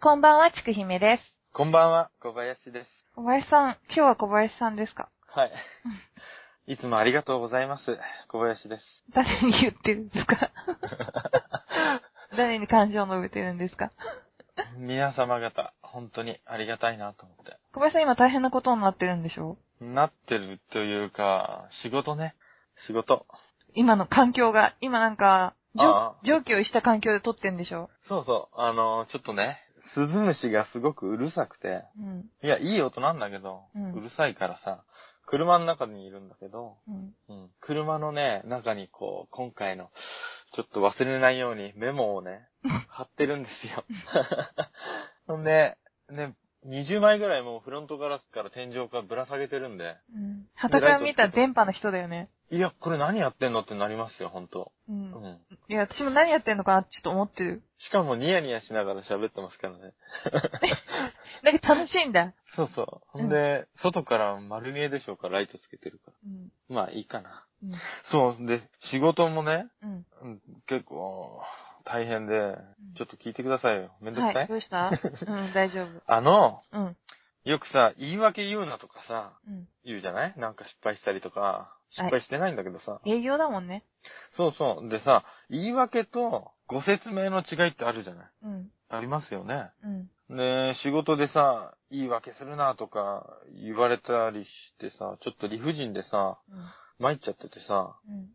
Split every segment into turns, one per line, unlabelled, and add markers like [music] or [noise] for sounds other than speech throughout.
こんばんは、ちくひめです。
こんばんは、小林です。
小林さん、今日は小林さんですか
[laughs] はい。いつもありがとうございます。小林です。 [laughs]
誰に言ってるんです [laughs] か誰に感情を述べてるんですか
皆様方、本当にありがたいなと思って。
小林さん今大変なことになってるんでしょ
なってるというか、仕事ね。仕事。
今の環境が、今なんか、
ああ
上上をした環境で撮ってんでしょ
そうそう、あの、ちょっとね、スズムシがすごくうるさくて、
うん。
いや、いい音なんだけど、
う
うんるさいからさ、車の中にいるんだけど、
うん。
うん、車のね、中にこう、今回の、ちょっと忘れないようにメモを [laughs] ね、貼ってるんですよ。 [laughs] ほんで、ね、20枚ぐらいもうフロントガラスから天井からぶら下げてるんで、
うん。旗から見た電波の人だよね。
いや、これ何やってんのってなりますよ、ほんと。
う。
うんん。
いや、私も何やってんのかなってちょっと思ってる。
しかもニヤニヤしながら喋ってますからね。
だけど楽しいんだ。
そうそう。ほんで、外から丸見えでしょうか、ライトつけてるか
うん。
ら。まあ、いいかな。
うん。
そう、で、仕事もね、
うん。
うん結構、大変で、ちょっと聞いてくださいよ。めんどくさい、
はい。どうしたうん、大丈夫。
あの、
うん。
よくさ、言い訳言うなとかさ、
うん。
言うじゃないなんか失敗したりとか、失敗してないんだけどさ。
営業だもんね。
そうそう。でさ、言い訳とご説明の違いってあるじゃない
うん。
ありますよね。
うん。
ね仕事でさ、言い訳するなとか言われたりしてさ、ちょっと理不尽でさ、
うん。
参っちゃっててさ、
うん。
い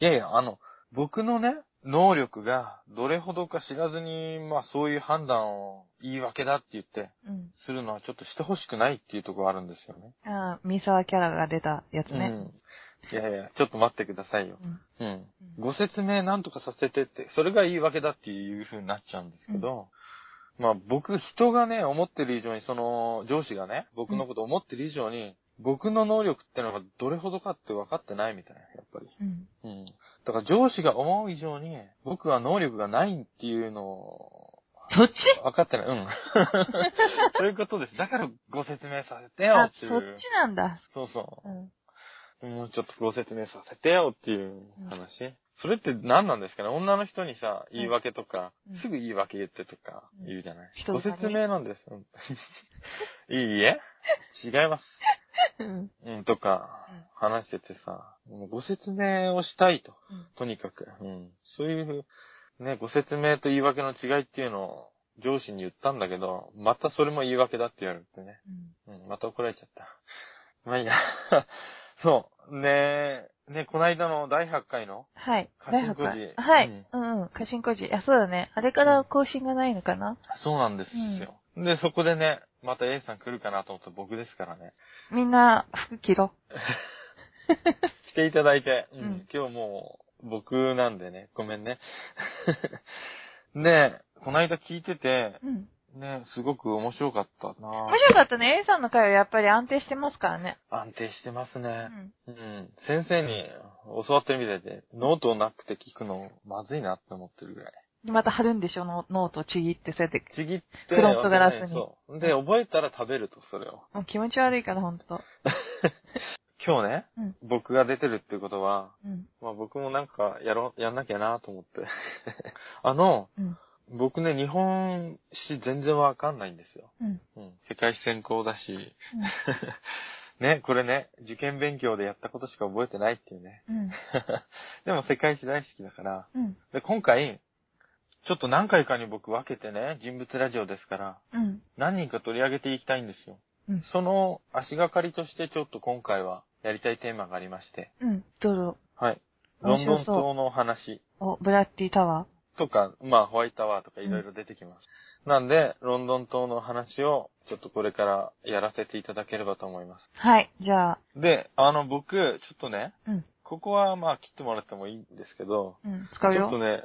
やいや、あの、僕のね、能力がどれほどか知らずに、まあそういう判断を言い訳だって言って、
うん。
するのはちょっとしてほしくないっていうところあるんですよね。
ああ、三沢キャラが出たやつね。
うん。いやいや、ちょっと待ってくださいよ。
うん。
うん。
うん
ご説明なんとかさせてって、それが言い訳だっていう風になっちゃうんですけど、まあ僕、人がね、思ってる以上に、その、上司がね、僕のこと思ってる以上に、僕の能力ってのがどれほどかって分かってないみたいな、やっぱり。
うん。
うん。だから上司が思う以上に、僕は能力がないっていうのを、
そっち
分かってな
[laughs]
い。うん。 [laughs] そういうことです。だからご説明させてよ
あ
っ、てい
そっ
う。
ちなんだ。
そうそう
う。ん。
もうちょっとご説明させてよっていう話。それって何なんですかね女の人にさ、言い訳とか、
うん
すぐ言い訳言ってとか
うん
言うじゃない、
人
ご
とかね
説明なんです。
[laughs]
うんいいえ違います。
うん。
うん、とか、話しててさ、もうご説明をしたいと。
うん
とにかく。うん。そういう、ね、ご説明と言い訳の違いっていうのを上司に言ったんだけど、またそれも言い訳だって言われてね。
うん。
うん、また怒られちゃった。まあいいや。 [laughs] そう。ねえ、ねこないだの第8回の
はい。
過信孤児
第八回は
う
い
ん。
うんうん。過信孤児。あ、そうだね。あれから更新がないのかな
そうなんですよ。で、そこでね、また A さん来るかなと思った僕ですからね。
みんな、服着ろ。
来ていただいて、うん
うん
今日もう僕なんでね、ごめんね。 [laughs] ねえ、こないだ聞いてて、
うん。
ねすごく面白かったな
面白かったね。A さんの回はやっぱり安定してますからね。
安定してます
う
ね。
ん。
うん。先生に教わってみてて、ノートなくて聞くのまずいなって思ってるぐらい。
でまた貼るんでしょノノートちぎって、そうやって。
ちぎって。
フロントガラスに
そう。で、覚えたら食べると、それを。
もう気持ち悪いから、ほんと。
今日ね、
うん
僕が出てるってことは、
うん。
まあ僕もなんかやろ、やんなきゃなと思って。 [laughs] あの、
うん。
僕ね、日本史全然わかんないんですよ。
うん。
うん。世界史専攻だし。 [laughs] ね、これね、受験勉強でやったことしか覚えてないっていうね。 [laughs]
うん。
でも世界史大好きだから。
うん。
で、今回、ちょっと何回かに僕分けてね、人物ラジオですから、
うん。
何人か取り上げていきたいんですよ。
うん
その足がかりとしてちょっと今回はやりたいテーマがありまして、
うん。どうぞ。
はい。ロ
面
ンド
白
ン
そう
島のお話
お、ブラッディタワー。
とか、まあホワイトタワーとかいろいろ出てきます。なんで、ロンドン島のお話をちょっとこれからやらせていただければと思いま
はい。じゃあ、
す。で、あの僕、ちょっとね、
うん。
ここはまあ切ってもらってもいいんですけど、
うん。
ち
使う
ょ
よ
っと。ね、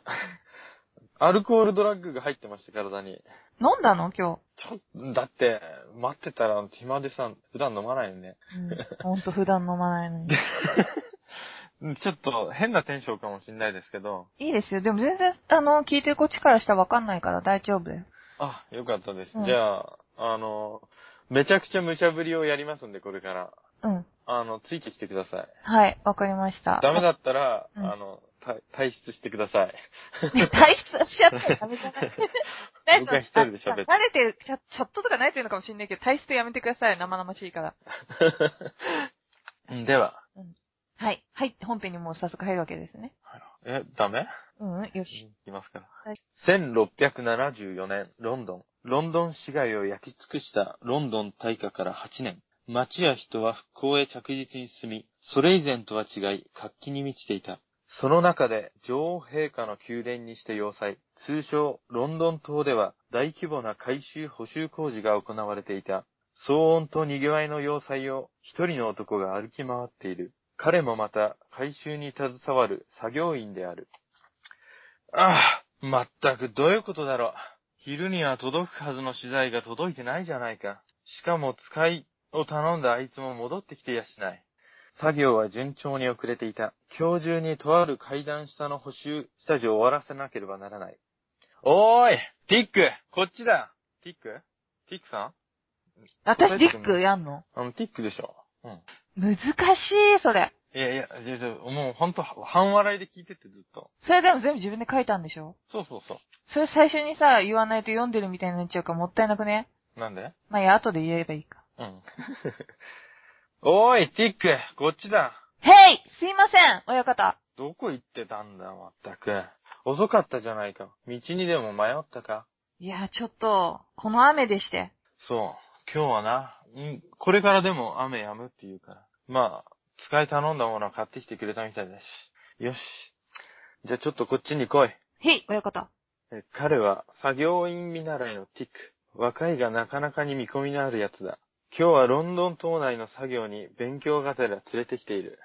[laughs] アルコールドラッグが入ってました、体に。
飲んだの今
ちょっと、だって、待ってたら暇でさ、普段飲まないのね。
日。うん。ほんと普段飲まないのに。 [laughs]
ちょっと変なテンションかもしんないですけど、
いいですよ。でも全然、あの、聞いてるこっちからしたらわかんないから大丈夫だよ。
あ、よかったです。
うん
じゃあ、あの、めちゃくちゃ無茶ぶりをやりますんで、これから。
うん。
あの、ついてきてください。
はい。わかりました。 [laughs]
ダメだったら、
うん
あの、た退出してください。
[laughs] 退出しちゃっ
[laughs]
たらダメじゃない。
僕が一人で喋って
慣れてるチャ、チャットとか慣れてるのかもしんないけど、退出やめてください。生々しいから。
うんでは、
はい。はい。本編にもう早速入るわけですね。
え、ダメ
うん、よし。
いますから。
はい
1674年、ロンドン。ロンドン市街を焼き尽くしたロンドン大火から8年。街や人は復興へ着実に進み、それ以前とは違い、活気に満ちていた。その中で、女王陛下の宮殿にして要塞、通称、ロンドン島では、大規模な改修補修工事が行われていた。騒音と賑わいの要塞を、一人の男が歩き回っている。彼もまた、改修に携わる作業員である。ああ、まったくどういうことだろう。昼には届くはずの資材が届いてないじゃないか。しかも使いを頼んだあいつも戻ってきてやしない。作業は順調に遅れていた。今日中にとある階段下の補修下地を終わらせなければならない。おーいティックこっちだティックティックさん
私、ディックやんの
あの、ティックでしょうん。
難しい、それ。
いやいや、じゃあじゃあもうほんと、半笑いで聞いててずっと。
それでも全部自分で書いたんでしょ
そうそうそ
それ最初にさ、言わないと読んでるみたいになっちゃうからもったいなくね
う。なんで
まあ、いや、後で言えばいいか。
うん。 [laughs] おーい、ティック、こっちだ。
へいすいません親方。
どこ行ってたんだ、まったく。遅かったじゃないか。道にでも迷ったか。
いや、ちょっと、この雨でして。
そう。今日はな、うん、これからでも雨止むって言うから。まあ、使い頼んだものは買ってきてくれたみたいだし。よし。じゃあちょっとこっちに来い。
へい親方。
え彼は作業員見習いのティック。若いがなかなかに見込みのあるやつだ。今日はロンドン島内の作業に勉強がてら連れてきている。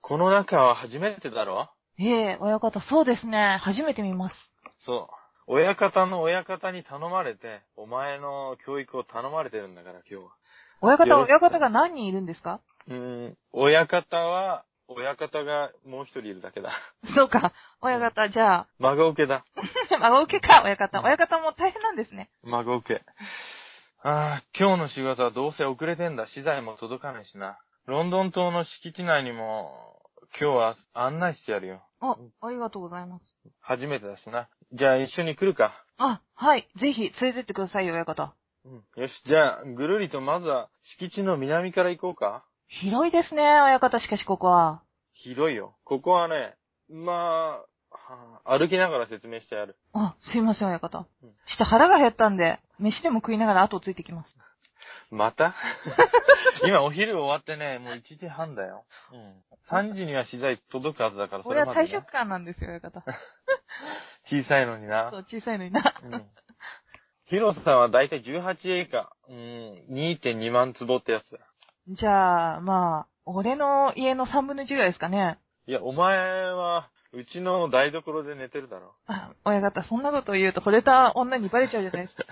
この中は初めてだろ
ええ、親方、そうですね。初めて見ます。
そう。親方の親方に頼まれて、お前の教育を頼まれてるんだから今日は。
親
よ
方、
ろしく
親方が何人いるんですか
うーん、親方は、親方がもう一人いるだけだ。
そうか。親方、じゃあ、 [laughs]
孫受けだ。
孫受けか、親方。親方も大変なんですね。
孫受け。ああ、今日の仕事はどうせ遅れてんだ。資材も届かないしな。ロンドン島の敷地内にも、今日は案内してやるよ。
あ、ありがとうございます。
初めてだしな。じゃあ一緒に来るか。
あ、はい。ぜひ、連れてってくださいよ、親方。
うん。よし、じゃあ、ぐるりとまずは敷地の南から行こうか。
広いですね、親方、しかしここは。
広いよ。ここはね、まあ、はあ歩きながら説明してやる。
あ、すいません、親方。
う
ちょ
ん
っと腹が減ったんで、飯でも食いながら後をついてきます。
また [laughs] 今お昼終わってね、もう1時半だよ。うん。3時には資材届くはずだから、そ
これ
れ
は
まで、
退
ね。
職感なんですよ、親
[laughs]
方。
小さいのにな。
そう、小さいのにな。
うん広さはだいたい18エーカー。うん、2.2万坪ってやつだ。
じゃあ、まあ、俺の家の3分の1ぐらいですかね。
いや、お前は、うちの台所で寝てるだろ。
あ、親方、そんなこと言うと惚れた女にバレちゃうじゃないです
[laughs]
か。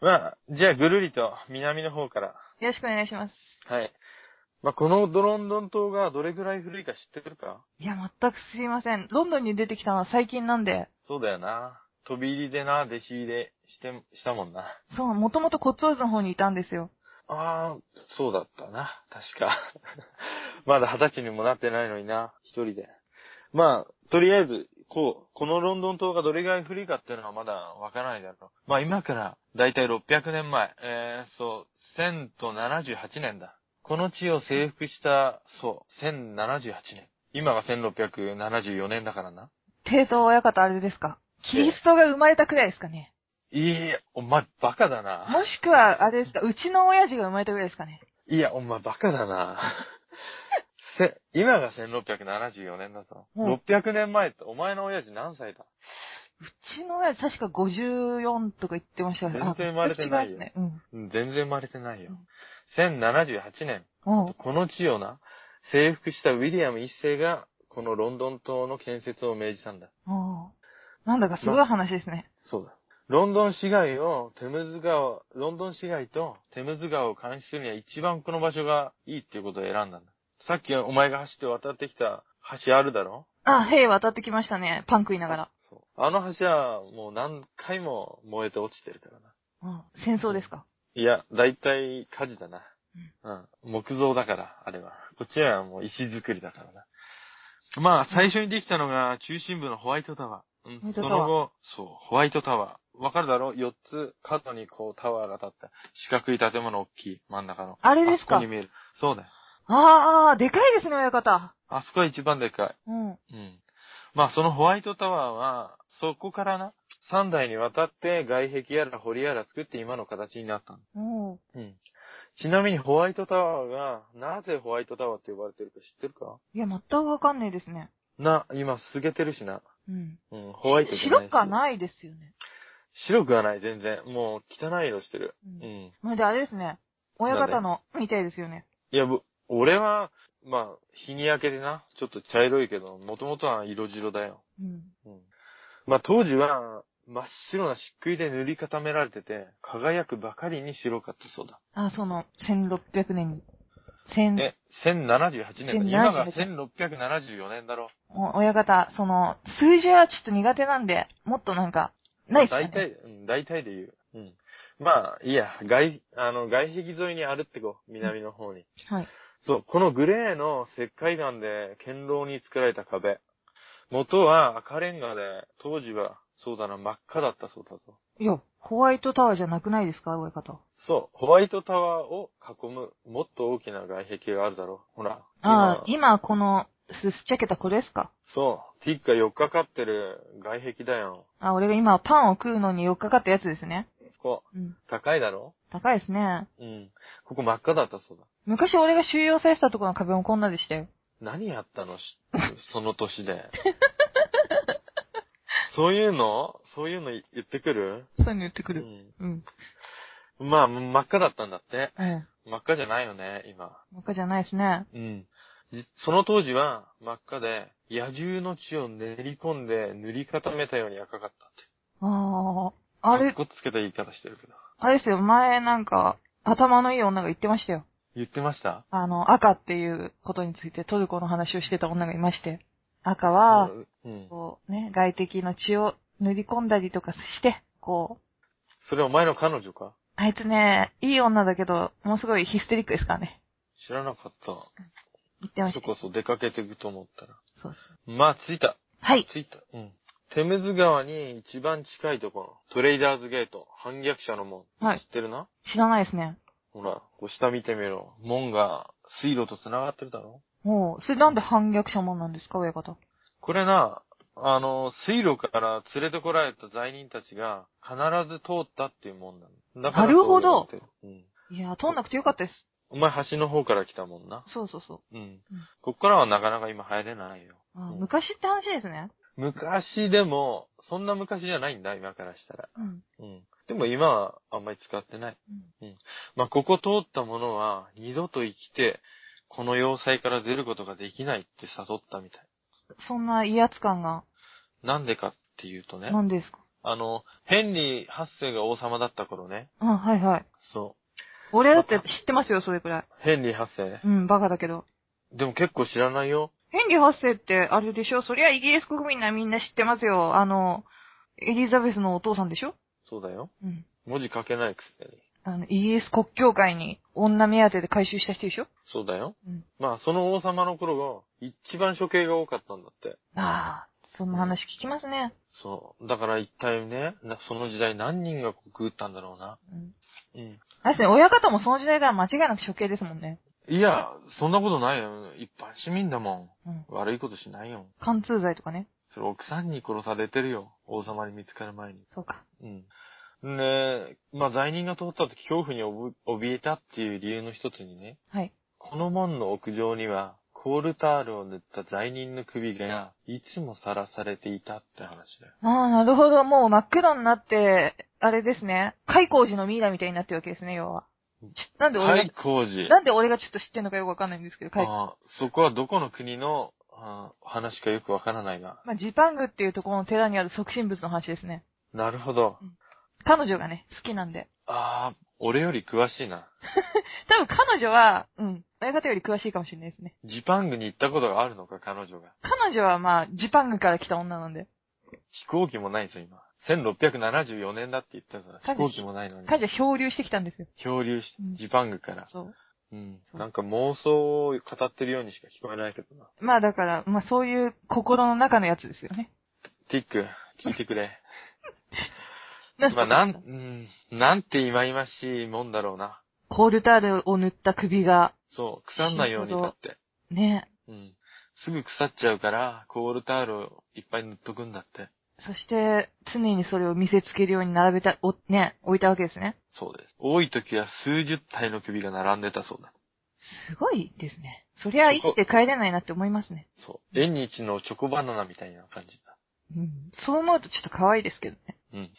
まあ、じゃあぐるりと南の方から。
よろしくお願いします。
はい。まあ、このドロンドン島がどれぐらい古いか知ってるか
いや、全くすいません。ロンドンに出てきたのは最近なんで、
そうだよな。飛び入りでな、弟子入れして、したもんな。
そう、もともとコッツウォルズの方にいたんですよ。
ああ、そうだったな。確か。 [laughs] まだ二十歳にもなってないのにな。一人で。まあ、とりあえず、こう、このロンドン島がどれぐらい古いかっていうのはまだわからないだろう。まあ今から、だいたい600年前、えー、そう、1078年だ。この地を征服した、そう、1078年。今が1674年だからな。
帝都親方あれですかキリストが生まれたくらいですかね
いや、お前バカだな。
もしくは、あれですか、うちの親父が生まれたぐらいですかね
いや、お前バカだな。 [laughs] せ、今が1674年だぞ。
うん
600年前って、お前の親父何歳だ
うちの親父確か54とか言ってましたね。
全然生まれてないよ
あ違いますね。うん。
うん全然生まれてないよ。1078年、
おう
この地をな、征服したウィリアム一世が、このロンドン島の建設を命じたんだ。
おうなんだかすごい話ですね。
そうだ。ロンドン市街を、テムズ川、ロンドン市街とテムズ川を監視するには一番この場所がいいっていうことを選んだんだ。さっきお前が走って渡ってきた橋あるだろ
あ、へい、渡ってきましたね。パン食いながら。
そうあの橋はもう何回も燃えて落ちてるからな。
うん。戦争ですか。
いや、だいたい火事だな。うん。木造だから、あれは。こっちはもう石造りだからな。まあ、最初にできたのが、中心部のホワイトタワー。う
ホワ
ん、
イ
そ
トタワー
の後、そう、ホワイトタワー。わかるだろ ?4 つ、角にこうタワーが立った。四角い建物大きい、真ん中の。
あれですか
あそこに見える。そうだよ。
ああ、でかいですね、親方。
あそこが一番でかい。
うん。
うん。まあ、そのホワイトタワーは、そこからな、3代にわたって外壁やら堀やら作って今の形になったの。
うん。
うん。ちなみにホワイトタワーが、なぜホワイトタワーって呼ばれてるか知ってるか
いや、全くわかんないですね。
な、今、すげてるしな。
うん。
うん、ホワイトじゃない
白くはないですよね。
白くはない、全然。もう、汚い色してる。
う。
うんん。
まあ、で、あれですね。親方の、みたいですよね。
いや、ぼ俺は、まあ、日に焼けてな、ちょっと茶色いけど、もともとは色白だよ。
うん。
うん。まあ、当時は、真っ白な漆喰で塗り固められてて、輝くばかりに白かったそうだ。
あ、その、1600年に。千、
え、1078年
1078
だ。今が1674年だろ。
お親方、その、数字はちょっと苦手なんで、もっとなんか、ないっすか、ね、
大体、うん、大体で言う。うん。まあ、いいや、外、あの、外壁沿いにあるってこう、南の方に。
はい。
そう、このグレーの石灰岩で堅牢に作られた壁。元は赤レンガで、当時は、そうだな、真っ赤だったそうだぞ。
いや、ホワイトタワーじゃなくないですか、親方。
そう、ホワイトタワーを囲む、もっと大きな外壁があるだろう。ほら。
ああ、
今
今この、す、すっちゃけたこれですか
そう、ティックが4日かかってる外壁だよ。
あ、俺が今パンを食うのに4日かかったやつですね。
そこ、
うん。
高いだろ
高いですね。
うん。ここ真っ赤だったそうだ。
昔俺が収容されてたところの壁もこんなでしたよ。
何やったのしその年 [laughs] で。そういうのそういうの言ってくる
そういうの言ってく
う
る。
ん。
うん。
まあ、真っ赤だったんだって。
え
真っ赤じゃないよね、今。
え。他じゃないですね。
うん。じその当時は真っ赤で、野獣の血を練り込んで塗り固めたように赤かったって。
ああ、あれ
か、っこつけた言い方してるけど。
あれですよ、前なんか、頭のいい女が言ってましたよ。
言ってました
あの、赤っていうことについてトルコの話をしてた女がいまして。赤は、
うん。
こうね、外敵の血を塗り込んだりとかして、こう、
それお前の彼女か
あいつね、いい女だけど、もうすごいヒステリックですからね。
知らなかった。
言ってまし
そ
た。
こそ出かけていくと思ったら。
そうそう
まあ、着いた。
はい。
着いた。うん。テムズ川に一番近いところ。トレイダーズゲート。反逆者の門。
はい
知ってるな
知らないですね。
ほら、こう下見てみろ。門が水路と繋がってるだろ
もう、それなんで反逆者もんなんですか、親方。
これな、あの、水路から連れてこられた罪人たちが必ず通ったっていうもんなの。だから
なるほど
そう言われてる
いやー、通んなくてよかったです。
うん。お前橋の方から来たもんな。
そうそうそう。
うん。こっからはなかなか今入れないよ。
あー
うん
昔って話ですね。
昔でも、そんな昔じゃないんだ、今からしたら。
うん。
うん。でも今はあんまり使ってない。まあ、ここ通ったものは、二度と生きて、この要塞から出ることができないって悟ったみたい。
そんな威圧感が、
なんでかっていうとね、
なんですか。
あの、ヘンリー8世が王様だった頃ね、
あ、はいはい。
そ
俺だって知ってますよ、それくらい。
う。ヘンリー8世
うん、バカだけど。
でも結構知らないよ。
ヘンリー8世って、あれでしょそりゃイギリス国民ならみんな知ってますよ。あの、エリザベスのお父さんでしょ
そうだよ。
うん。
文字書けないくせに。
あの、イギリス国教会に女目当てで回収した人でしょ
そうだよ。
うん。
まあ、その王様の頃が、一番処刑が多かったんだって。
ああ、そんな話聞きますね。
そう。だから一体ね、なその時代何人が告ったんだろうな。
うん。
うん。
あれですね、親方もその時代から間違いなく処刑ですもんね。
いや、そんなことないよ。一般市民だも
うん。
ん。悪いことしないよ。
貫通罪とかね。
それ奥さんに殺されてるよ。王様に見つかる前に。
そうか。
うん。ねえ、まあ、罪人が通った時恐怖におぼ怯えたっていう理由の一つにね、
はい。
この門の屋上には、コールタールを塗った罪人の首が、いつもさらされていたって話だよ。
ああ、なるほど。もう真っ黒になって、あれですね。開光寺のミイラみたいになってるわけですね、要は。ちょなんで
は
俺
い、
が、
工事。
なんで俺がちょっと知ってんのかよくわかんないんですけど、開光
ああそこはどこの国のああ話かよくわからないが。
まあ、ジパングっていうところの寺にある即身仏の話ですね。
なるほど。
彼女がね、好きなんで。
ああ、俺より詳しいな。
多分彼女は、うん、親方より詳しいかもしれないですね。
ジパングに行ったことがあるのか、彼女が。
彼女はまあ、ジパングから来た女なんで。
飛行機もないぞ、今。1674年だって言ったから、飛
彼女
行機もないのに。
彼女は漂流してきたんですよ。
漂流し
うん、
ジパングから。
そう。
うん。
そう
なんか妄想を語ってるようにしか聞こえないけどな。
まあだから、まあそういう心の中のやつですよね。
ティック、聞いてくれ。
[laughs] な
まあ、なん、うん、なんて忌々しいもんだろうな。
コールタールを塗った首が、
そう、腐んないようにだって。
ね。
うん。すぐ腐っちゃうから、コールタールをいっぱい塗っとくんだって。
そして、常にそれを見せつけるように並べた、お、ね、置いたわけですね。
そうです。多い時は数十体の首が並んでたそうだ。
すごいですね。そりゃ生きて帰れないなって思いますね。
そう。縁日のチョコバナナみたいな感じだ。
うん。そう思うとちょっと可愛いですけどね。
うん。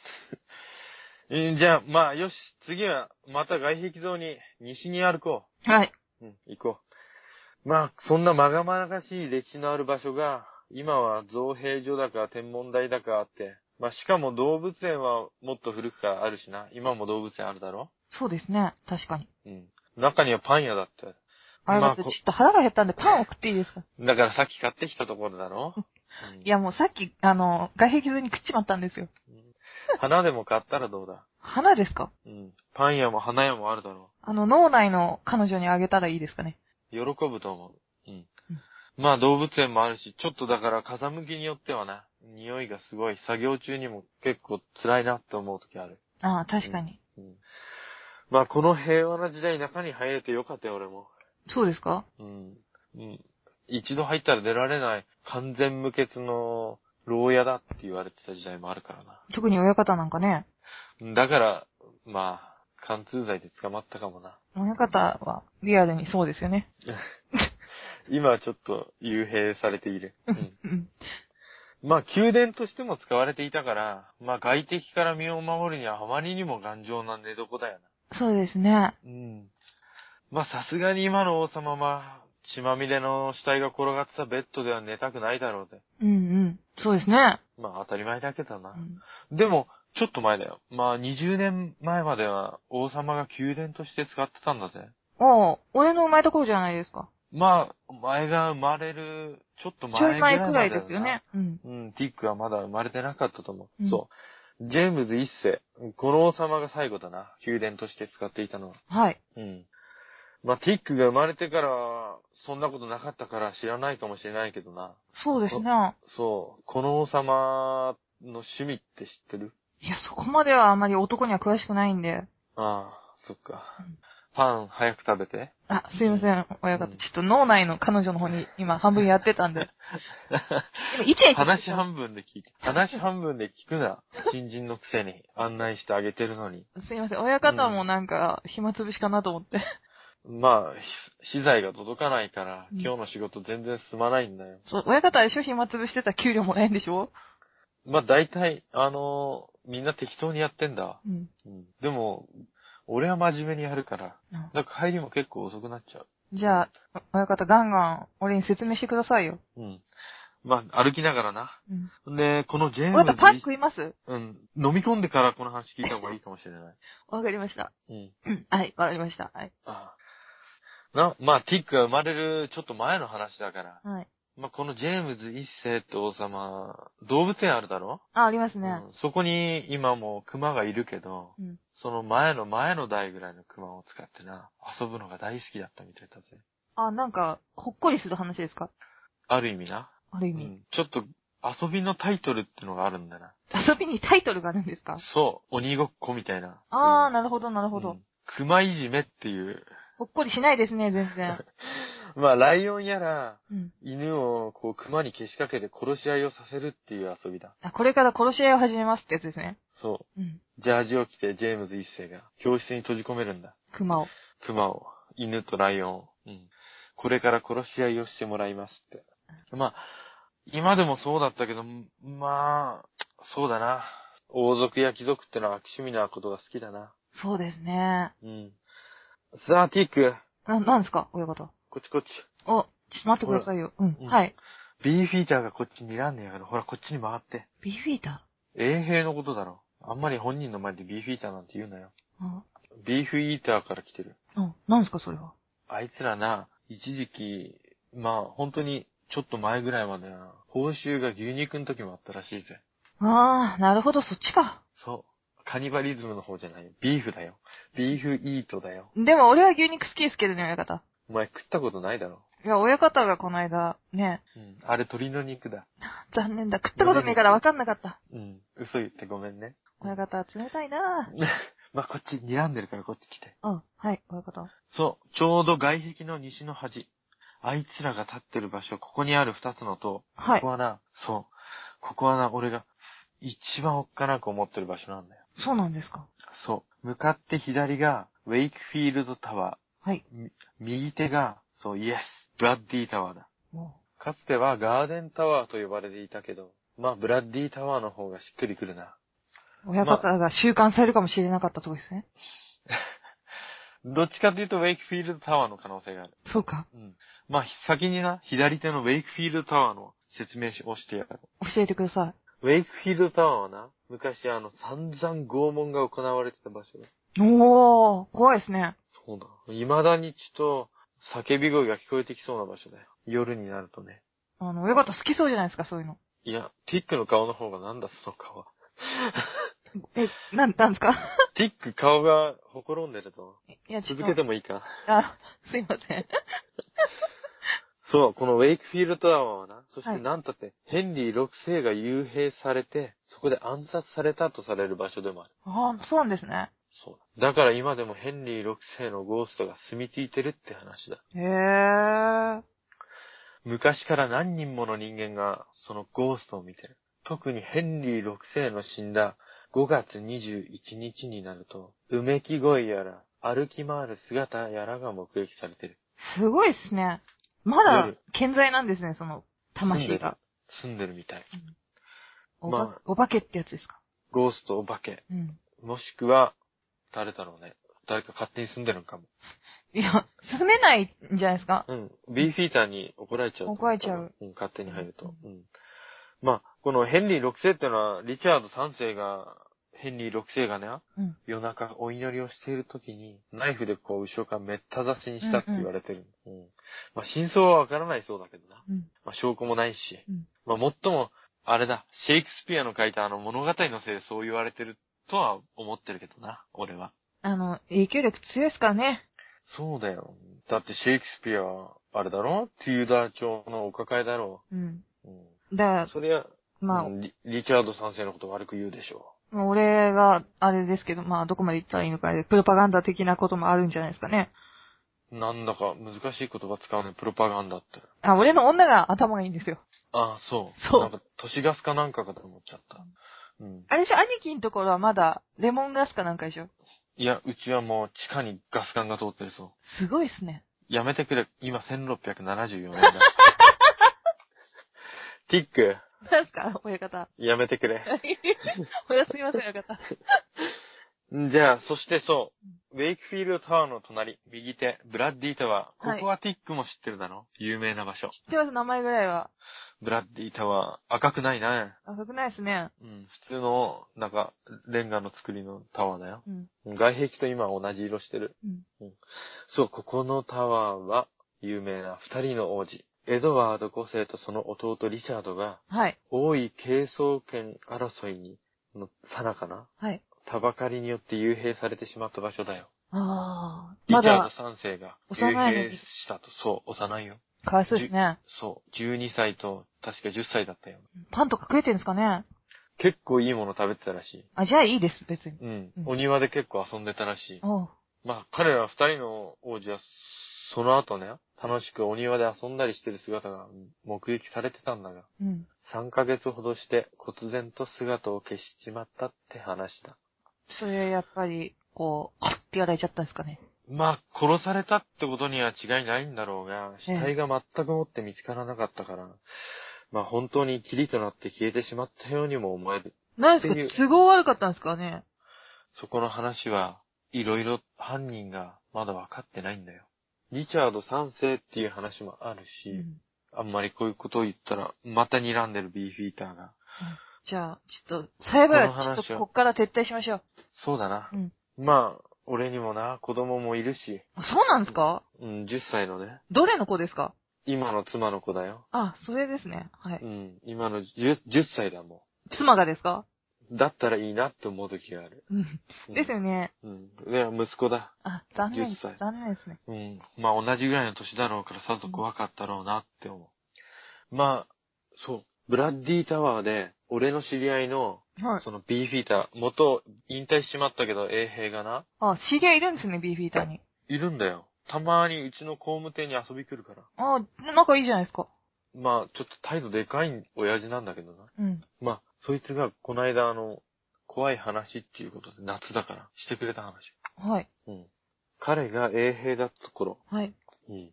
[laughs] えーじゃあ、まあ、よし、次は、また外壁像に、西に歩こ
はい。
う。うん、行こう。まあ、そんなまがまがしい歴史のある場所が、今は造幣所だか天文台だかあって、まあ、しかも動物園はもっと古くからあるしな。今も動物園あるだろ
そうですね。確かに。
うん。中にはパン屋だって。
あれ
ま
だっ
あ
てちょ
こ
っと腹が減ったんでパンを食っていいですか
だからさっき買ってきたところだろ、うん
いやもうさっき、あの、外壁図に食っちまったんですよ。
花でも買ったらどうだ
花ですか
うん。パン屋も花屋もあるだろ
あの、脳内の彼女にあげたらいいですかね。
う。喜ぶと思う。うん。まあ動物園もあるし、ちょっとだから風向きによってはな、匂いがすごい、作業中にも結構辛いなって思う時ある。
ああ、確かに。
うん。まあこの平和な時代中に入れてよかったよ、俺も。
そうですか
うん。うん。一度入ったら出られない完全無欠の牢屋だって言われてた時代もあるからな。
特に親方なんかね。
だから、まあ、貫通罪で捕まったかもな。
親方はリアルにそうですよね。
今はちょっと幽閉されている。うん、
うん。
まあ、宮殿としても使われていたから、まあ、外敵から身を守るにはあまりにも頑丈な寝床だよ
[laughs] そうですね。
な。うん。まあ、さすがに今の王様は、血まみれの死体が転がってたベッドでは寝たくないだろうで。
うんうん。そうですね。
まあ、当たり前だけどな。
うん
でも、ちょっと前だよ。まあ、20年前までは王様が宮殿として使ってたんだぜ。
おう、俺の生まれた頃じゃないですか。
まあ、お前が生まれる、ちょっと
ちょ
前
い
ぐら
前
いま
く
で
らいですよね。うん。
うん、ティックはまだ生まれてなかったと思う。
うん
そう。ジェームズ一世。この王様が最後だな。宮殿として使っていたのは。
はい。
うん。まあ、ティックが生まれてからは、そんなことなかったから知らないかもしれないけどな。
そうですね。
そう。この王様の趣味って知ってる
いや、そこまではあまり男には詳しくないんで。
ああ、そっか
うん。
パン早く食べて。
あ、すいません、親方。
う
ち
ん
ょっと脳内の彼女の方に今半分やって [laughs] たんで。でも一年
話半分で聞いて。話半分で聞くな。新人のくせに案内してあげてるのに。
すいません、親方もなんか暇つぶしかなと思って。
まあ、ひ資材が届かないから、
うん
今日の仕事全然進まないんだよ。
そう、親方は一緒暇つぶしてたら給料もらえんでしょ
まあ大体、あのーみんな適当にやってんだ。
うん。
うん、でも、俺は真面目にやるから、
あ
なんか入りも結構遅くなっちゃう。
じゃあ、親方ガンガン俺に説明してくださいよ。
うん。まあ、歩きながらな。
うん。
で、このジェーム
親
ズ
方パン食います
うん。飲み込んでからこの話聞いた方がいいかもしれない。
わかりました。
うん。
うん。はい、わかりました。はい。
ああな、まあ、ティックが生まれるちょっと前の話だから。
はい。
まあ、このジェームズ一世って王様、動物園あるだろ
あ、ありますね。
うんそこに今も熊がいるけど、
うん
その前の前の代ぐらいの熊を使ってな、遊ぶのが大好きだったみたいだぜ。
あ、なんか、ほっこりする話ですか
ある意味な。
ある
う
意味。
ん、ちょっと遊びのタイトルってのがあるんだな。
遊びにタイトルがあるんですか
そう、鬼ごっこみたいな。
ああ、
な
なるほど、なるほど。
熊いじめっていう。
ほっこりしないですね、全然。
まあ、ライオンやら、
うん。
犬をこう熊にけしかけて殺し合いをさせるっていう遊びだ。
あ、これから殺し合いを始めますってやつですね。
そ
うん。
う。ジャージを着てジェームズ一世が教室に閉じ込めるんだ。
熊を。
熊を、犬とライオンを、うん、これから殺し合いをしてもらいますって。まあ、今でもそうだったけど、まあ、そうだな。王族や貴族ってのは悪趣味なことが好きだな。
そうですね。
うん。さあ、ティーク、
な、なんですか親方。
こっちこっち。
お、ちょっと待ってくださいよ。うん。
うん
はい。
ビーフィーターがこっちにらんねやから、ほら、こっちに回って。
ビーフィータ
衛兵のことだろ。あんまり本人の前でビーフィーターなんて言うなよ。
ーあ、
ビーフイーターから来てる。
うん。なんですかそれは。
あいつらな、一時期、まあ本当にちょっと前ぐらいまでな、報酬が牛肉の時もあったらしいぜ。
ああ、なるほど、そっちか。
そう。カニバリズムの方じゃないよ。ビーフだよ。ビーフイートだよ。
でも俺は牛肉好きですけどね、親方。
お前食ったことないだろ。
いや、親方がこの間、ね、
うん。あれ鶏の肉だ。
残念だ。食ったことねえから分かんなかった。
うん。嘘言ってごめんね。 [laughs]
親方、冷たいな
まあ、こっち睨んでるからこっち来て。
ぁ。うん。はい、親方。
そう。ちょうど外壁の西の端。あいつらが立ってる場所、ここにある二つの塔。
は
こ
い
こ。はな、そう。ここはな、俺が一番おっかなく思ってる場所なんだよ。
そうなんですか。
そう。向かって左が、ウェイクフィールドタワ
はい。
ー。み右手が、そう、イエス、ブラッディタワーだ。
も
かつてはガーデンタワーと呼ばれていたけど、まあ、ブラッディタワーの方がしっくりくるな。
う親方が習慣されるかもしれなかったとこですね。
どっちかというと、ウェイクフィールドタワーの可能性がある。
そうか。
うん。まあ、先にな、左手のウェイクフィールドタワーの説明をしてやろう。
教えてくださ
ウェイクフィールドタワーはな、昔あの、散々拷問が行われてた場所だ。
い。おー、怖いですね。
そうだ。未だにちょっと、叫び声が聞こえてきそうな場所だよ。夜になるとね。
あの、親方好きそうじゃないですか、そういうの。
いや、ティックの顔の方がなんだその顔は。 [laughs]
え、なん、なんですか
ティック顔がほころんでるぞ。
[laughs] いや、ちょっ
続
と。
けてもいいか。
あ、すいません。
そう、このウェイクフィールドタワーはな、そし
は
て
い
なんたって、ヘンリー6世が幽閉されて、そこで暗殺されたとされる場所でもある。
ああ、そうなんですね。
そうだ。だから今でもヘンリー6世のゴーストが住み着いてるって話だ。
へえ。
昔から何人もの人間がそのゴーストを見てる。特にヘンリー6世の死んだ5月21日になると、うめき声やら、歩き回る姿やらが目撃されてる。
すごいですね。まだ健在なんですね、その、魂が。
住んでるみたい。
お
ま
ば、
あ
お化けってやつですか。
ゴースト、お化け。
うん。
もしくは、誰だろうね。誰か勝手に住んでるのかも。
いや、住めないんじゃないですか。
うん。ビーフィーターに怒られちゃうと思。
怒られちゃう
うん。勝手に入ると。うん。まあ、このヘンリー6世ってのは、リチャード3世が、ヘンリー6世がね、
うん。
夜中お祈りをしている時に、ナイフでこう、後ろからめった刺しにしたって言われてる。うん、まあ、真相はわからないそうだけどな。
うん。
まあ、証拠もないし。
うん
まあ、もっとも、あれだ、シェイクスピアの書いたあの物語のせいでそう言われてるとは思ってるけどな、俺は。
あの、影響力強いですからね。
そうだよ。だってシェイクスピアは、あれだろテューダー朝のお抱えだろ
うん。
う。うん。
だか
そりゃ、
ら、まあ、
うんリ、リチャード3世のこと悪く言うでしょ
まあ俺が、あれですけど、まあ、どこまで言ったらいいのかあれで、プロパガンダ的なこともあるんじゃないですかね。
う。なんだか難しい言葉使うね、プロパガンダって。
あ、俺の女が頭がいいんですよ。
ああ、そう。
そう
なんか、都市ガスかなんかかと思っちゃった。うん。
あれでしょ、兄貴のところはまだ、レモンガスかなんかでしょ。
いや、うちはもう地下にガス管が通ってるぞ。
すごいっすね。
やめてくれ。今1674年だ。 [laughs] ティック、
なんすか、親方。 [laughs]
やめてくれ。
親すいません、親方。
じゃあ、そしてそう、ウェイクフィールドタワーの隣、右手、ブラッディタワー。
はい
ここはティックも知ってるだろ有名な場所。
すいません、名前ぐらいは。
ブラッディタワー、赤くないね。
赤くないですね。
うん、普通の、なんか、レンガの作りのタワーだよ。
うん。
外壁と今同じ色してる。
うん。
そう、ここのタワーは、有名な二人の王子、エドワード5世とその弟リチャードが、
はい。
王位継承権争いに、の、さなかな
はい。
タバカリによって幽閉されてしまった場所だよ。
ああ。
リ
ま
チャード
だ、
3世が、幽
幼いのに
閉したと、そう、幼いよ。
かわいそうですね。
そう、12歳と、確か10歳だったよ。
パンとか食えてるんですかね。
結構いいもの食べてたらしい。
あ、じゃあいいです、別に。
うん
う。ん
お庭で結構遊んでたらしい。
おう。
まあ、彼ら二人の王子は、その後ね、楽しくお庭で遊んだりしてる姿が目撃されてたんだが、
うん。
3ヶ月ほどして、忽然と姿を消しちまったって話だ。
それ、やっぱり、こう、ってやられちゃったんですかね。
まあ、殺されたってことには違いないんだろうが、死
ええ
体が全くもって見つからなかったから、まあ本当に霧となって消えてしまったようにも思える。
何で
っていう
すか都合悪かったんですかね。
そこの話はいろいろ犯人がまだ分かってないんだよ。リチャード3世っていう話もあるし、
うん
あんまりこういうことを言ったら、また睨んでるビーフィーターが。
じゃあ、ちょっと、最後
この話
は
は
ちょっとこっから撤退しましょう。
そうだな
う。ん。
まあ、俺にもな、子供もいるし、
あそうなんですか
うん、10歳のね、
どれの子ですか
今の妻の子だよ。。
あ、それですね。はいう
ん、今の 10, 10歳だも
妻がですか
だったらいいなって思う時がある。
うん
うん
ですよね。
うん。ね、息子だ。
あ、残念
10歳。
残念ですね。
うん。まあ同じぐらいの年だろうからさぞ怖かったろうなって思う。まあ、そう。ブラッディタワーで、俺の知り合いの、
はい。
そのビーフィーター、元、引退しちまったけど、衛兵がな、
あ、知り合いいるんですね、ビーフィーターに。
いるんだよ。たまにうちの工務店に遊び来るから。
あ、仲いいじゃないですか。
まあ、ちょっと態度でかい親父なんだけどな。
うん。
まあ、そいつがこの間あの、怖い話っていうことで、夏だから、してくれた話。
はい。
うん。彼が衛兵だった頃、
はい。
うん。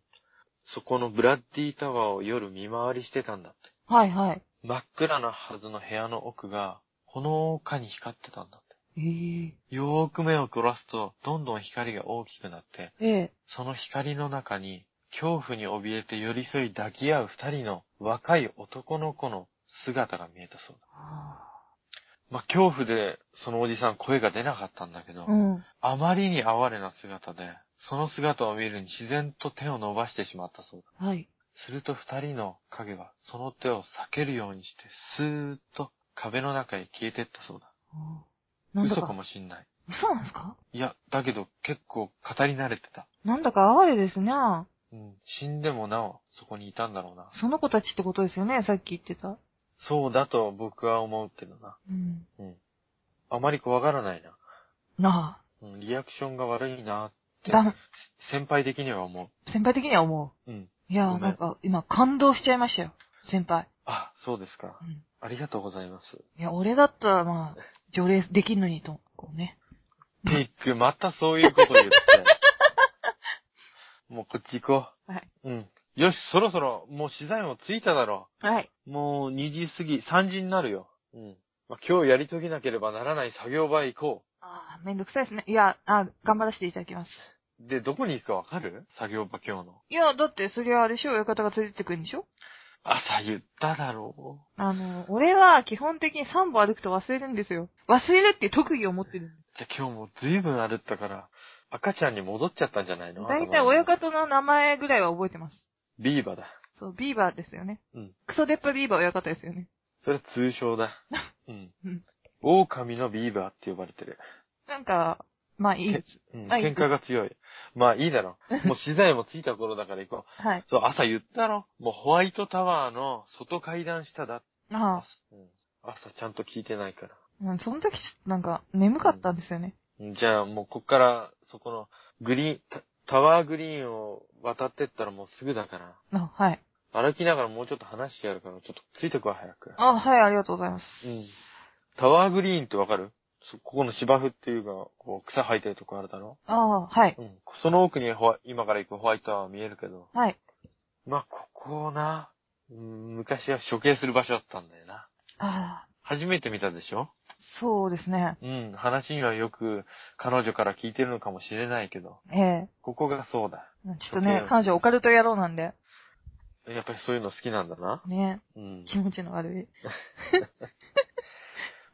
そこのブラッディタワーを夜見回りしてたんだって。
はい、はい。
真っ暗なはずの部屋の奥が、ほのかに光ってたんだって。
ええ
よーく目を凝らすと、どんどん光が大きくなって、
ええ
その光の中に、恐怖に怯えて寄り添い抱き合う二人の若い男の子の姿が見えたそうだ。まあ、恐怖で、そのおじさん声が出なかったんだけど、
うん。
あまりに哀れな姿で、その姿を見るに自然と手を伸ばしてしまったそうだ。
はい。
すると二人の影は、その手を避けるようにして、スーッと壁の中へ消えてったそうだ。
なんだ
嘘
か。
かもしんない。
嘘なんですか
いや、だけど結構語り慣れてた。
なんだか哀れですね。
うん、死んでもなお、そこにいたんだろうな。
その子たちってことですよね、さっき言ってた。
そうだと僕は思うけどな。
うん。
うん。あまり怖がらないな。
な
うん、リアクションが悪いなっ
あ。
て、
だ、
先輩的には思
先輩的には思
う。うん。
う。いや
ごめ
ー、
ん
なんか、今、感動しちゃいましたよ。先輩。
あ、そうですか
う。ん。
ありがとうございます。
いや、俺だったら、まあ、除霊できるのにと、こうね。
ピック、またそういうこ
[laughs]
と言って。もうこっち行こ
はい。
う。うん。よし、そろそろ、もう資材もついただろ
はい。
う。もう2時過ぎ、3時になるよ。うん。まあ、今日やり遂げなければならない作業場へ行こ
ああ、めんどくさいですね。いや、あ頑張らせていただきます。
う。で、どこに行くかわかる作業場今日の。
いや、だって、そりゃあれでしょ、親方が連れてってくるんでしょ
朝言っただろう。
あの、俺は基本的に3歩歩くと忘れるんですよ。忘れるっていう特技を持ってるんで
じゃあ今日も随分歩ったから、赤ちゃんに戻っちゃったんじゃない
す。
の
だいたい
頭の中
親方の名前ぐらいは覚えてます。
ビーバーだ。
そう、ビーバーですよね。
うん。
クソデッパビーバー親方ですよね。
それは通
[laughs]
称だ。うん
うん。
狼のビーバーって呼ばれてる。
なんか、まあいいです。
うん、
はい
喧嘩が強い。まあいい
[laughs]
だろ。もう資材もついた頃だから行こ
はい。
う。そう、朝言ったろ。もうホワイトタワーの外階段下だ。
ああ、
うん朝ちゃんと聞いてないから。
うんその時、なんか、眠かったんですよね。
うんじゃあもうこっから、そこのグリーン、タタワーグリーンを渡ってったらもうすぐだから。
あはい。
歩きながらもうちょっと話してやるから、ちょっとついてこい早く。
あはい、ありがとうございます。
うん。タワーグリーンってわかるそここの芝生っていうか、こう草生えてるとこあるだろ
ああ、はい。
うん。その奥にホワ今から行くホワイトタワー見えるけど。
はい。
まあ、ここをな、うん昔は処刑する場所だったんだよな。
ああ、
初めて見たでしょ
そうですね。
うん、話にはよく彼女から聞いてるのかもしれないけど、
ええ
ここがそうだ。
ちょっとね、彼女オカルト野郎なんで、
やっぱりそういうの好きなんだな。
ね、
うん。
気持ちの悪い。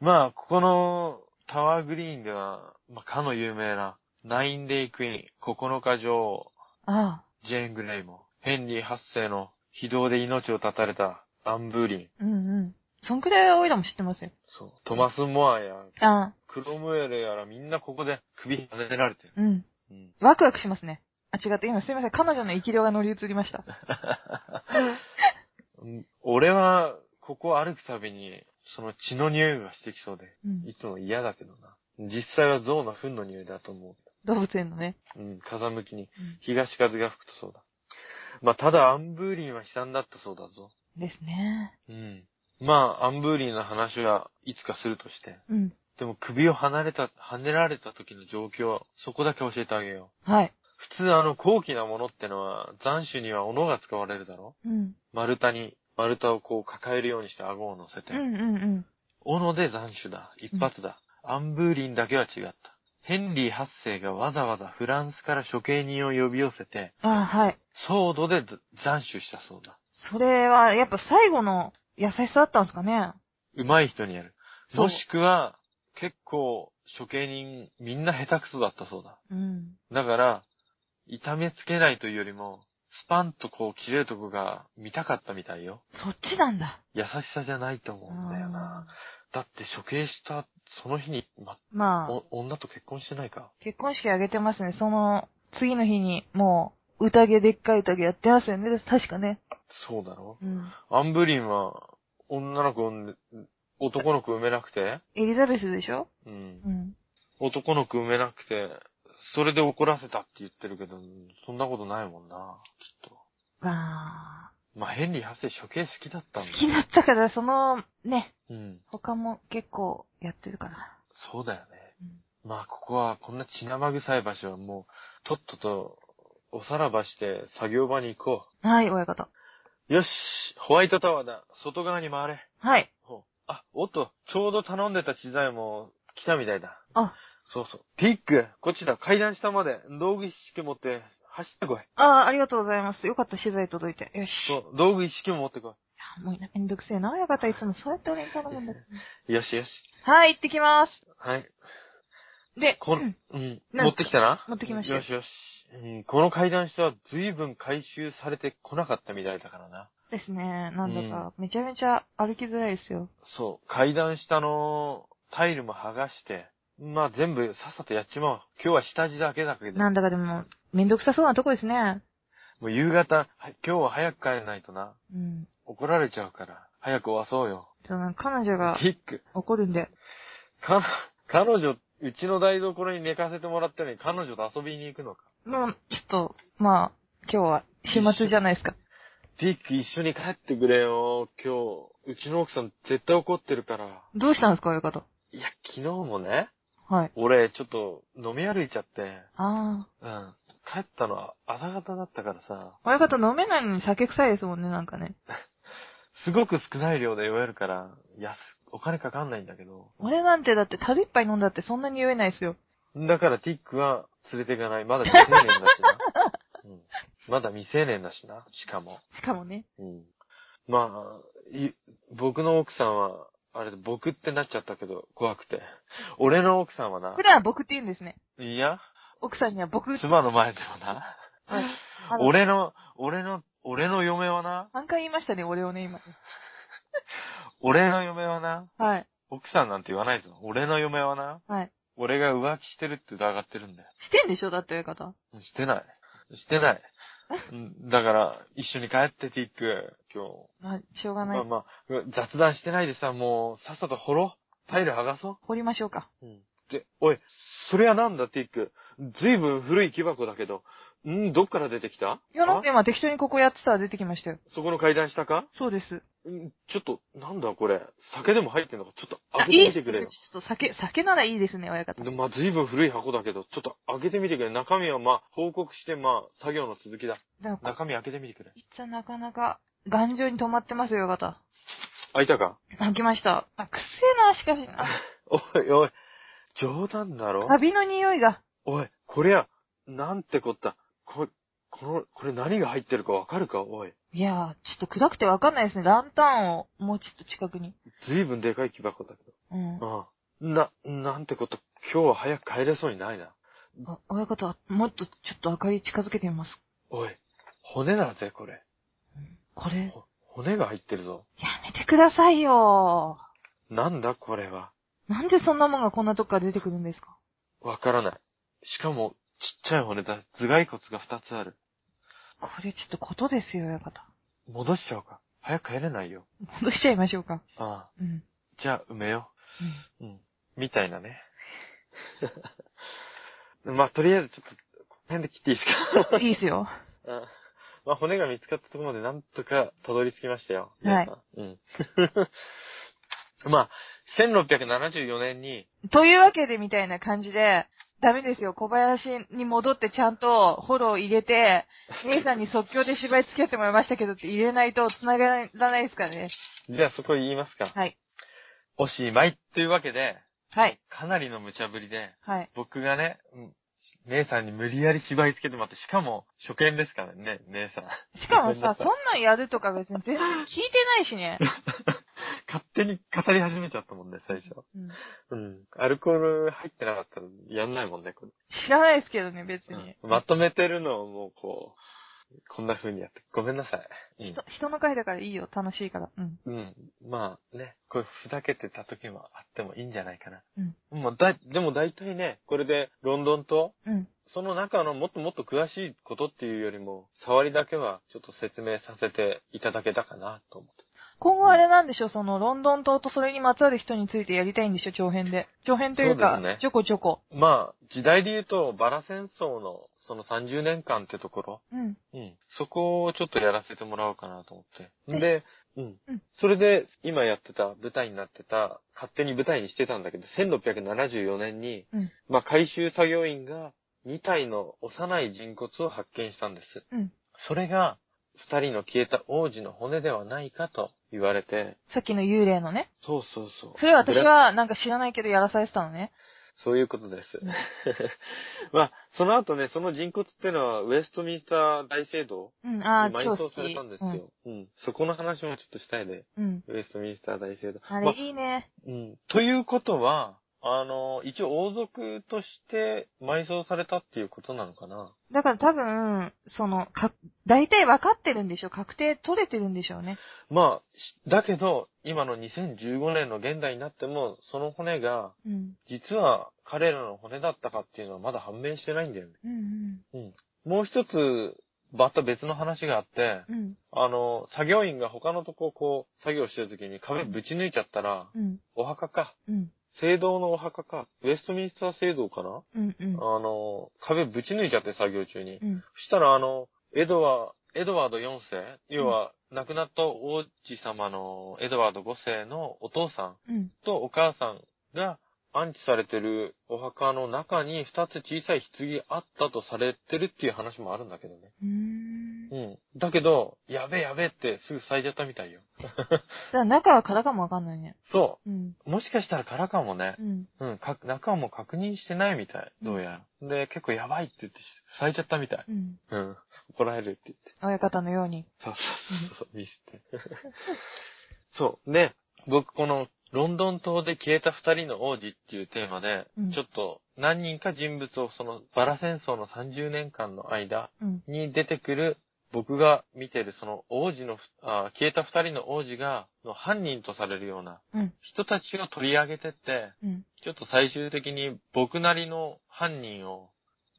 まあ、ここのタワーグリーンでは、まあ、かの有名な、ナインデイクイーン、9日女王、
ああ、
ジェーン・グレイも、ヘンリー8世の非道で命を絶たれたアンブーリ
う
ン、
んうん。そんくらいオイラも知ってますよ。
そう、トマス・モアや
ああ、
クロムエルやらみんなここで首跳ねられてる。
うん。
うん。
ワクワクしますね。あ、違って、今すいません。彼女の生き量が乗り移りました。
うん俺は、ここを歩くたびに、その血の匂いがしてきそうで、
うん
いつも嫌だけどな。実際は象の糞の匂いだと思
動物園のね。
う。うん、風向きに
うん、
東風が吹くとそうだ。まあ、ただアンブーリンは悲惨だったそうだぞ。
ですね。
うん。まあ、アンブーリンの話はいつかするとして。
うん。
でも首を離れた、跳ねられた時の状況、そこだけ教えてあげよう。
はい。
普通あの高貴なものってのは斬首には斧が使われるだろ
うん。
丸太に、丸太をこう抱えるようにして顎を乗せ
う
て。
んうんうん。
斧で斬首だ。一発だ。アンブーリンだけは違った。ヘンリー8世がわざわざフランスから処刑人を呼び寄せて、
ああ、はい。
ソードで斬首したそうだ。
それは、やっぱ最後の優しさだったんですかね。
上手い人にやる。
そう
もしくは、結構処刑人みんな下手くそだったそうだ。
うん。
だから、痛めつけないというよりも、スパンとこう切れるとこが見たかったみたいよ。
そっちなんだ。
優しさじゃないと思うんだよな。だって処刑したその日に、ま、
まあ、
お女と結婚してないか。
結婚式あげてますね。その、次の日に、もう、宴でっかい宴やってますよね。確かね。
そうだろ
うん。
アンブリンは、女の子産んで、男の子産めなくて、
エリザベスでしょ
うん
う。ん。
男の子産めなくて、それで怒らせたって言ってるけど、そんなことないもんな、きっと。
まあ、
まあ、ヘンリー8世処刑好きだったん
好
だ。
きだったから、その、ね、
うん。
他も結構やってるから。
そうだよね。
うん
まあ、ここは、こんな血生臭い場所はもう、とっとと、おさらばして、作業場に行こ
はい、親方。
う。よしホワイトタワーだ外側に回れ
はい。
ほうあ、おっと、ちょうど頼んでた資材も来たみたいだ。
あ、
そうそう。ピックこっちだ、階段下まで、道具一式持って、走ってこい。
ああ、ありがとうございます。よかった、資材届いて。よし。
そう、道具一式も持ってこ
もうめんどくせえな、親方。いつもそうやって俺に頼むんだ。
い。よしよし。
はい、行ってきます。
はい。
で、
こ
うん
ん、うん、
なん
持ってきたな
持ってきましたよ
よしよし。うん、この階段下は随分回収されてこなかったみたいだからな。
ですね。なんだか、めちゃめちゃ歩きづらいですよ。
そう、階段下のタイルも剥がして、まあ全部さっさとやっちまおう。今日は下地だけだけど、
なんだかでも、めんどくさそうなとこですね。
もう夕方、はい今日は早く帰らないとな。
うん。
怒られちゃうから、早く終わそうよ。
そうなんか彼女が
キック。
怒るんで。
か、彼女、うちの台所に寝かせてもらったのに彼女と遊びに行くのか。
もう、ちょっと、まあ、今日は週末じゃないですか。
ディック一緒に帰ってくれよ、今日。うちの奥さん絶対怒ってるから。
どうしたんですか、親方。
いや、昨日もね、
はい。
俺ちょっと飲み歩いちゃって、
あ
うん。帰ったのは朝方だったからさ、
あ。親方飲めないのに酒臭いですもんね、なんかね。
すごく少ない量で酔えるから、安、お金かかんないんだけど。
俺なんてだって樽一杯飲んだってそんなに酔えないですよ。
だからティックは連れていかない。まだ未成年だ
[laughs]
しな。うん、まだ未成年だしな、しかも。
しかもね。
うんまあ、い僕の奥さんは、あれ、僕ってなっちゃったけど、怖くて。俺の奥さんはな
普、段は僕って言うんですね。
いや、
奥さんには僕、
妻の前でもな、
はいあの
俺の、俺の、俺の嫁はな、
3回言いましたね、俺をね、今。
俺の嫁はな、
はい。
奥さんなんて言わないぞ。俺の嫁はな、
はい。
俺が浮気してるって疑ってるんだよ。
してんでしょだって親方。
してない。し
[laughs]
てない。うんだから、一緒に帰ってティック、今日。
まあ、しょうがな
まあ
い。
まあ、雑談してないでさ、もう、さっさと掘ろう。タイル剥がそう。
掘りましょうか。
で、おい、それはなんだ、ティック。ずいぶん古い木箱だけど。んどっから出てきた
いや、なん
あ
か今適当にここやってたら出てきましたよ。
そこの階段下か
そうです。
んちょっと、なんだこれ。酒でも入ってんのかちょっと
あ
開、け
い
て
い
みてくれ
ちょ
よ。
っと酒、酒ならいいですね、親方。
でまあ、ずいぶん古い箱だけど、ちょっと開けてみてくれ。中身はまあ、報告してまあ、作業の続きだ。
だからこ
中身開けてみてくれ。
いつはなかなか、頑丈に止まってますよ、親方。
開いたか
開きました。あ、くせえな、しかし
おいおい、冗談だろ
な。カビの匂いが。
おい、これや、なんてこった。こ、この、これ何が入ってるかわかるかおい。
いやー、ちょっと暗くてわかんないですね。ランタンを、もうちょっと近くに。
ずいぶんでかい木箱だけど。
うん。
うん。な、なんてこと、今日は早く帰れそうにないな。
あ、親方、もっとちょっと明かり近づけてみます。
おい、骨だぜ、これ。
これ、や
ほ骨が入ってるぞ。
めてくださいよ
なんだ、これは。
なんでそんなもんがこんなとこから出てくるんですか
わからない。しかも、ちっちゃい骨だ。頭蓋骨が二つある。
これちょっとことですよ、親方。
戻しちゃおうか。早く帰れないよ。
戻しちゃいましょうか。
ああ。
うん。
じゃあ、埋めよう。うん。みたいなね。 [laughs] まあ、とりあえず、ちょっと、この辺で切っていいですか
うん、いいですよ。
うんまあ、骨が見つかったところまでなんとかたどり着きましたよ。
はい
皆さん。うん。ま [laughs] あ、1674年に、
というわけでみたいな感じで、ダメですよ。小林に戻ってちゃんとフォロー入れて、姉さんに即興で芝居付き合ってもらいましたけどって入れないと繋がらないですからね。
じゃあそこ言いますか。
はい。
おしまいというわけで、
はい。
かなりの無茶ぶりで、
はい。
僕がね、うん姉さんに無理やり芝居つけてもらって、しかも初見ですからね、姉さん。
しかもさ、そん
ん
なんやるとか別に全然聞いてないしね。
[laughs] 勝手に語り始めちゃったもんね、最初。
うん
うん。アルコール入ってなかったらやんないもんね、これ。
知らないですけどね、別に。
うんまとめてるのをもうここんな風にやって、ごめんなさい。うん
人、人の回だからいいよ、楽しいから。うん。
うん。まあね、これふざけてた時もあってもいいんじゃないかな。
うん。
まあだい、でも大体ね、これでロンドンと、
うん。
その中のもっともっと詳しいことっていうよりも、触りだけはちょっと説明させていただけたかなと思って。
今後あれなんでしょその、ロンドン島とそれにまつわる人についてやりたいんでしょ長編で。長編というか、
そうですね
ちょこちょこ。
まあ、時代で言うと、バラ戦争のその30年間ってところ、
うん。
うん。そこをちょっとやらせてもらおうかなと思って。
で
で、うん
うん。
それで、今やってた舞台になってた、勝手に舞台にしてたんだけど、1674年に、
うん。
まあ、回収作業員が2体の幼い人骨を発見したんです。
うん。
それが、2人の消えた王子の骨ではないかと言われて、
さっきの幽霊のね。
そうそうそう。
それ私
ブラ
はなんか知らないけどやらされてたのね。
そういうことで
[laughs]
す [laughs]
うん。
まあ、その後ね、その人骨ってのは、ウェストミンスター大聖堂
うん、
に
ああ、
埋
超
葬
好
され
き
たんですよ。うん。そこの話もちょっとしたいね。
うん。うん。
ウェストミンスター大聖堂。
あ
ま
れ、いいね。
うん。ということは、あの、一応王族として埋葬されたっていうことなのかな。
だから多分、その、か、大体分かってるんでしょ確定取れてるんでしょうね。
まあし、だけど、今の2015年の現代になっても、その骨が、
うん。
実は彼らの骨だったかっていうのはまだ判明してないんだよね。
うん
うん。もう一つ、また別の話があって、
うん。うん。
あの、作業員が他のとこをこう、作業してる時に壁ぶち抜いちゃったら、
うん。
お墓か。
うん。
聖堂のお墓か。ウェストミンスター聖堂かな、
うん。うん。
あの、壁ぶち抜いちゃって作業中に。
うん。
そしたらあの、エドワエドワード4世要は、亡くなった王子様のエドワード5世のお父さ
う
ん
ん。
とお母さんが安置されてるお墓の中に2つ小さい棺があったとされてるっていう話もあるんだけどね。
うーん。だ
うん。だけど、やべえやべえってすぐ咲いちゃったみたいよ。
から中は空かもわかんないね。
そ
うん。
う。もしかしたら空かもね
う。ん。
うん、か中も確認してないみたい。どうやら。で、結構やばいって言って咲いちゃったみたい。
うん。
うん。怒られるって言って。
親方のように。
そうそうそうそう、ミスって。 [laughs] そう。で、僕この、ロンドン島で消えた二人の王子っていうテーマで、
うん
ちょっと何人か人物をそのバラ戦争の30年間の間
うん。
に出てくる、僕が見てるその王子のふ、あ消えた二人の王子が、の犯人とされるような
うん。
人たちを取り上げてって、
うん。
ちょっと最終的に僕なりの犯人を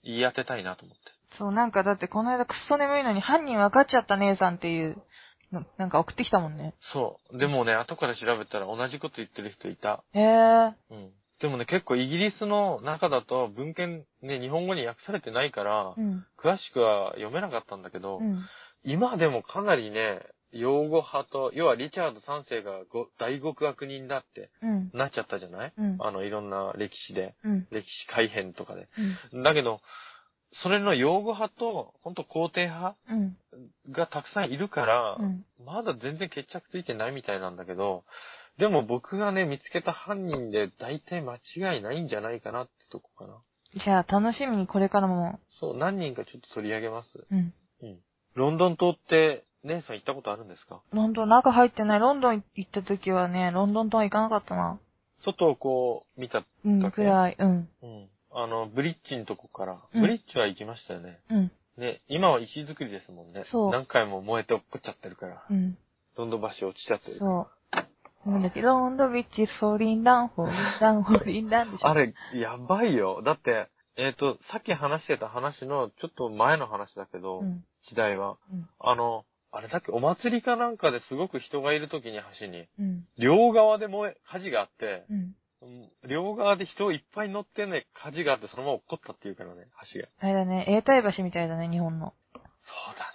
言い当てたいなと思って。
そう、なんかだってこの間くっそ眠いのに犯人分かっちゃった姉さんっていうの、なんか送ってきたもんね。
そう。でもね、後から調べたら同じこと言ってる人いた。
へえ。
うん。でもね、結構イギリスの中だと文献ね、日本語に訳されてないから、
うん。
詳しくは読めなかったんだけど、
うん。
今でもかなりね、擁護派と、要はリチャード3世がご大極悪人だって
うん。
なっちゃったじゃない
うん。
あの、いろんな歴史で、
うん。
歴史改変とかで。
うん。
だけど、それの擁護派と、ほんと肯定派
うん。
がたくさんいるから、
うん。
まだ全然決着ついてないみたいなんだけど、でも僕がね、見つけた犯人で大体間違いないんじゃないかなってとこかな。
じゃあ楽しみにこれからも。
そう、何人かちょっと取り上げます。
うん。
うん。ロンドン島って、姉さん行ったことあるんですか
ロンドン、中入ってない。ロンドン行った時はね、ロンドンとは行かなかったな。
外をこう、見た。
うん、
だけ
くらい。うん。
うん。あの、ブリッジのとこから。
うん
ブリッジは行きましたよね。
うん。
ね、今は石造りですもんね。
そう
何回も燃えて落っこっちゃってるから。
うん。
ロンドン橋落ちちゃってる。
そう。なんだっけ、ロンドンビッチ、ソーリンダン、ホーリンダン、ホーリンダンでしょ。
あれ、やばいよ。だって、えっ、と、さっき話してた話の、ちょっと前の話だけど、
うん。
時代は。
うん。
あの、あれだっけ、お祭りかなんかですごく人がいる時に橋に、
うん。
両側で燃え、火事があって、
うん。
うん両側で人いっぱい乗ってね、火事があってそのまま落っこったっていうからね、橋が。
あれだね、永代橋みたいだね、日本の。
そうだ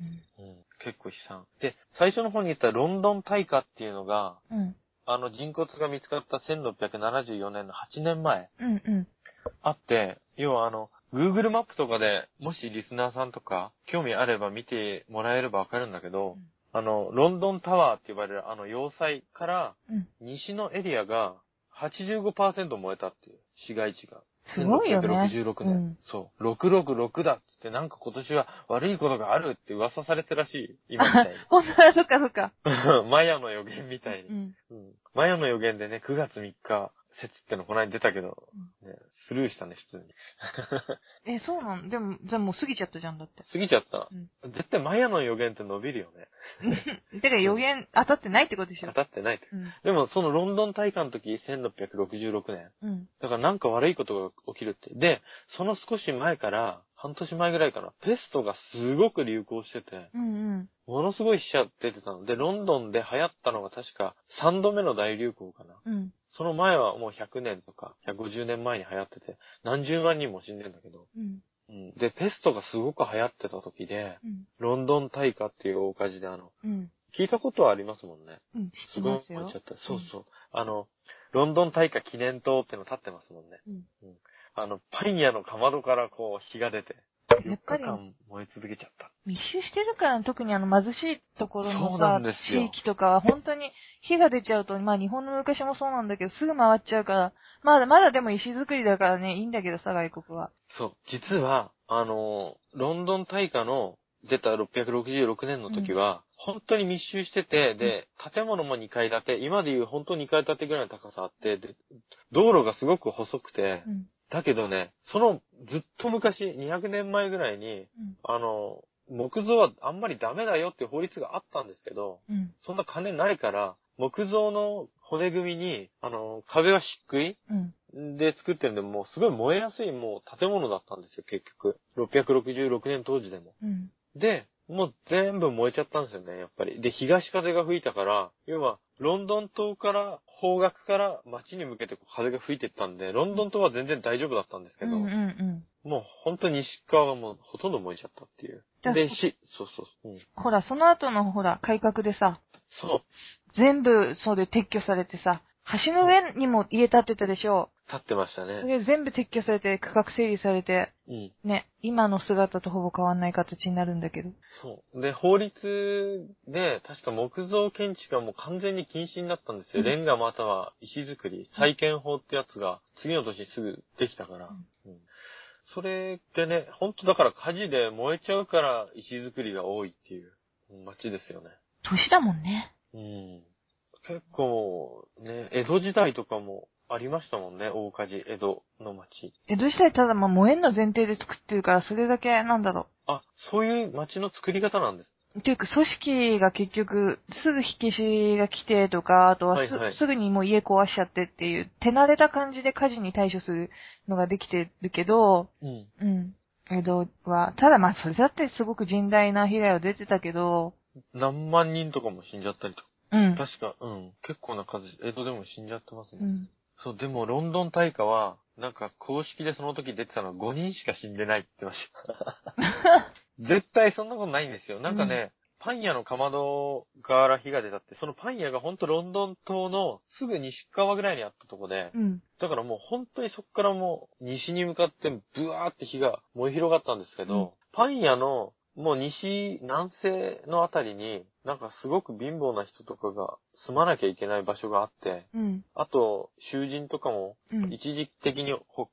うん。
ね。うん、結構悲惨。で、最初の方に言ったロンドン大火っていうのが、
うん。
あの人骨が見つかった1674年の8年前
うん。うん。
あって、要はあの、Google マップとかで、もしリスナーさんとか、興味あれば見てもらえればわかるんだけど、
うん
あの、ロンドンタワーって呼ばれるあの要塞から、
うん。
西のエリアが85%燃えたっていう、市街地が。
すごいよね
1666年。
うん
そう。666だっつって、なんか今年は悪いことがあるって噂されてるらしい。今みた
あ
い、
ほんとだ、そっかそっか。 [laughs]
に。マヤの予言みたいに
う、ん。
うんマヤの予言でね、9月3日、説ってのこない出たけど、ね、スルーしたね、普通に。
え、そうなんでも、じゃあもう過ぎちゃったじゃんだって。
過ぎちゃった
うん。
絶対マヤの予言って伸びるよね。
だから予言当たってないってことでしょ
当。たってないって。
うん。
でも、そのロンドン大会の時、1666年。
うん。
だからなんか悪いことが起きるって。で、その少し前から、半年前ぐらいかな、ペストがすごく流行してて、
うんうん。
ものすごい死者出てたので、ロンドンで流行ったのが確か3度目の大流行かな。
うん。
その前はもう100年とか150年前に流行ってて、何十万人も死んでんだけど。
うん。
うん、で、ペストがすごく流行ってた時で、
うん。
ロンドン大火っていう大火事であの、
うん。
聞いたことはありますもんね。
うん。知
す
って
ごい
ま
っ
す
ちゃ
よ
っ。た。そうそう。あの、ロンドン大火記念塔っての立ってますもんね。
うん。
あの、パン屋のかまどからこう火が出て、
や
4
っぱ
日
り
間燃え続けちゃった。
密集してるから、特にあの貧しいところ
そ
の
うな
さ
んですよ
地域とかは本当に火が出ちゃうと、まあ日本の昔もそうなんだけど、すぐ回っちゃうから、まだまだでも石造りだからね、いいんだけどさ、外国は。
そう。実は、あの、ロンドン大火の出た666年の時は、本当に密集してて、で、建物も2階建て、今でいう本当2階建てぐらいの高さあって、で、道路がすごく細くて、
うん。
だけどね、そのずっと昔、200年前ぐらい
う
に、
ん。
あの、木造はあんまりダメだよっていう法律があったんですけど、
うん。
そんな金ないから、木造の骨組みに、あの、壁は漆喰
うん。
で作ってるんで、もうすごい燃えやすいもう建物だったんですよ、結局。666年当時でも。
うん。
で、もう全部燃えちゃったんですよね、やっぱり。で、東風が吹いたから、要は、ロンドン島から、方角から街に向けてこう風が吹いてったんで、ロンドン島は全然大丈夫だったんですけ
う
ど、
ん。うん。
もう本当に西側がもうほとんど燃えちゃったっていう。
だ
で、
そ
し、そうそうそう、うん
ほら、その後のほら、改革でさ、
そう、
全部そうで撤去されてさ、橋の上にも家建ってたでしょ。
立ってました
そ
ね。
れ全部撤去されて、区画整理されて、
うん。
ね、今の姿とほぼ変わんない形になるんだけど。
そう。で、法律で、確か木造建築はもう完全に禁止になったんですよ。
うん
レンガまたは石造り、再建法ってやつが、次の年すぐできたから。うんそれってね、ほんとだから火事で燃えちゃうから石造りが多いっていう街ですよね。
年だもんね。
うん。結構、ね、江戸時代とかもありましたもんね、大火事、江戸の街。
江戸時代ただまあ燃えんの前提で作ってるから、それだけなんだろ
あ、そういう街の作り方なんです。
う。っていうか、組織が結局、すぐ引き消しが来てとか、あとはす,、
はいはい
すぐにもう家壊しちゃってっていう、手慣れた感じで火事に対処するのができてるけど、
うん。
うん。江戸は、ただまあそれだってすごく甚大な被害は出てたけど、
何万人とかも死んじゃったりとか。
うん。
確か、うん。結構な数、江戸でも死んじゃってますね。
うん。 [laughs]
そう、でもロンドン大火は、なんか公式でその時出てたのは5人しか死んでないって言って
[laughs]
ました。絶対そんなことないんですよ。なんかね、パン屋のかまどから火が出たって、そのパン屋がほんとロンドン島のすぐ西側ぐらいにあったとこで、
うん。
だからもう本当にそこからもう西に向かってブワーって火が燃え広がったんですけど、
うん
パン屋のもう西、南西のあたりに、なんかすごく貧乏な人とかが住まなきゃいけない場所があって、
うん。
あと、囚人とかも
うん。
一時的にほ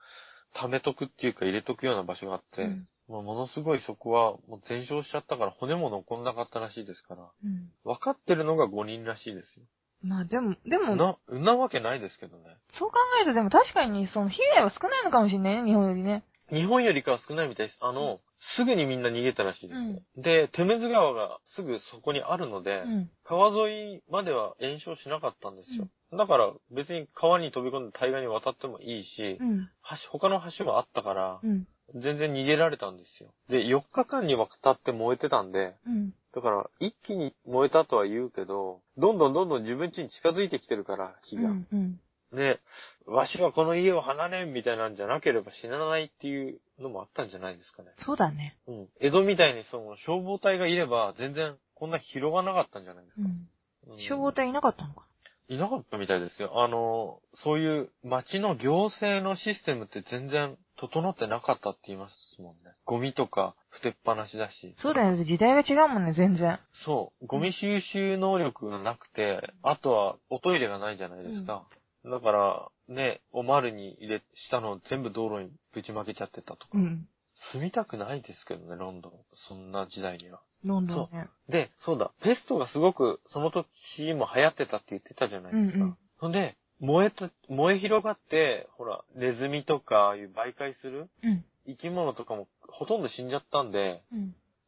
貯めとくっていうか入れとくような場所があって、
うん
まあものすごいそこはもう全焼しちゃったから骨も残んなかったらしいですから、
うん。
分かってるのが5人らしいですよ。
まあでも、でも、
な、んなわけないですけどね。
そう考えるとでも確かにその被害は少ないのかもしれないね、日本よりね。
日本よりかは少ないみたいです。あの、すぐにみんな逃げたらしいですよ。で、テムズ川がすぐそこにあるので、
うん。
川沿いまでは延焼しなかったんですよ。だから別に川に飛び込んで対岸に渡ってもいいし、
うん。
橋他の橋もあったから、
うん。
全然逃げられたんですよ。で、4日間にわたって燃えてたんで、
うん。
だから一気に燃えたとは言うけど、どんどんどんどん自分家に近づいてきてるから、火が。
うん。うん。
ね、わしはこの家を離れんみたいなんじゃなければ死なないっていうのもあったんじゃないですかね。
そうだね。
うん。江戸みたいにその消防隊がいれば全然こんな広がなかったんじゃないです
う
か。
ん。
うん
消防隊いなかったのか
いなかったみたいですよ。あの、そういう町の行政のシステムって全然整ってなかったって言いますもんね。ゴミとか捨てっぱなしだし。
なそうだよね。時代が違うもんね、全然。
そう。ゴミ収集能力がなくて、あとはおトイレがないじゃないですか。だから、ね、おまるに入れ、したのを全部道路にぶちまけちゃってたとか。
うん。
住みたくないですけどね、ロンドン。そんな時代には。
ロンドンね。
で、そうだ、ペストがすごくその時も流行ってたって言ってたじゃないですか。
うんうん
ほんで、燃えた、燃え広がって、ほら、ネズミとか、ああいう媒介する
うん。
生き物とかもほとんど死んじゃったんで、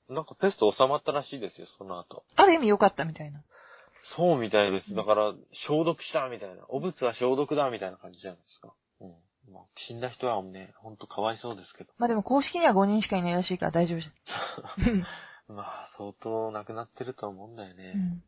うん。
なんかペスト収まったらしいですよ、その後。
ある意味良かったみたいな。
そうみたいです。
うん
だから、消毒したみたいな。汚物は消毒だみたいな感じじゃないですか。うん。まあ死んだ人はね、ほんとかわいそうですけど。
まあでも公式には5人しかいないらしいから大丈夫じゃん。うん
まあ、相当亡くなってると思うんだよね。
うん
うん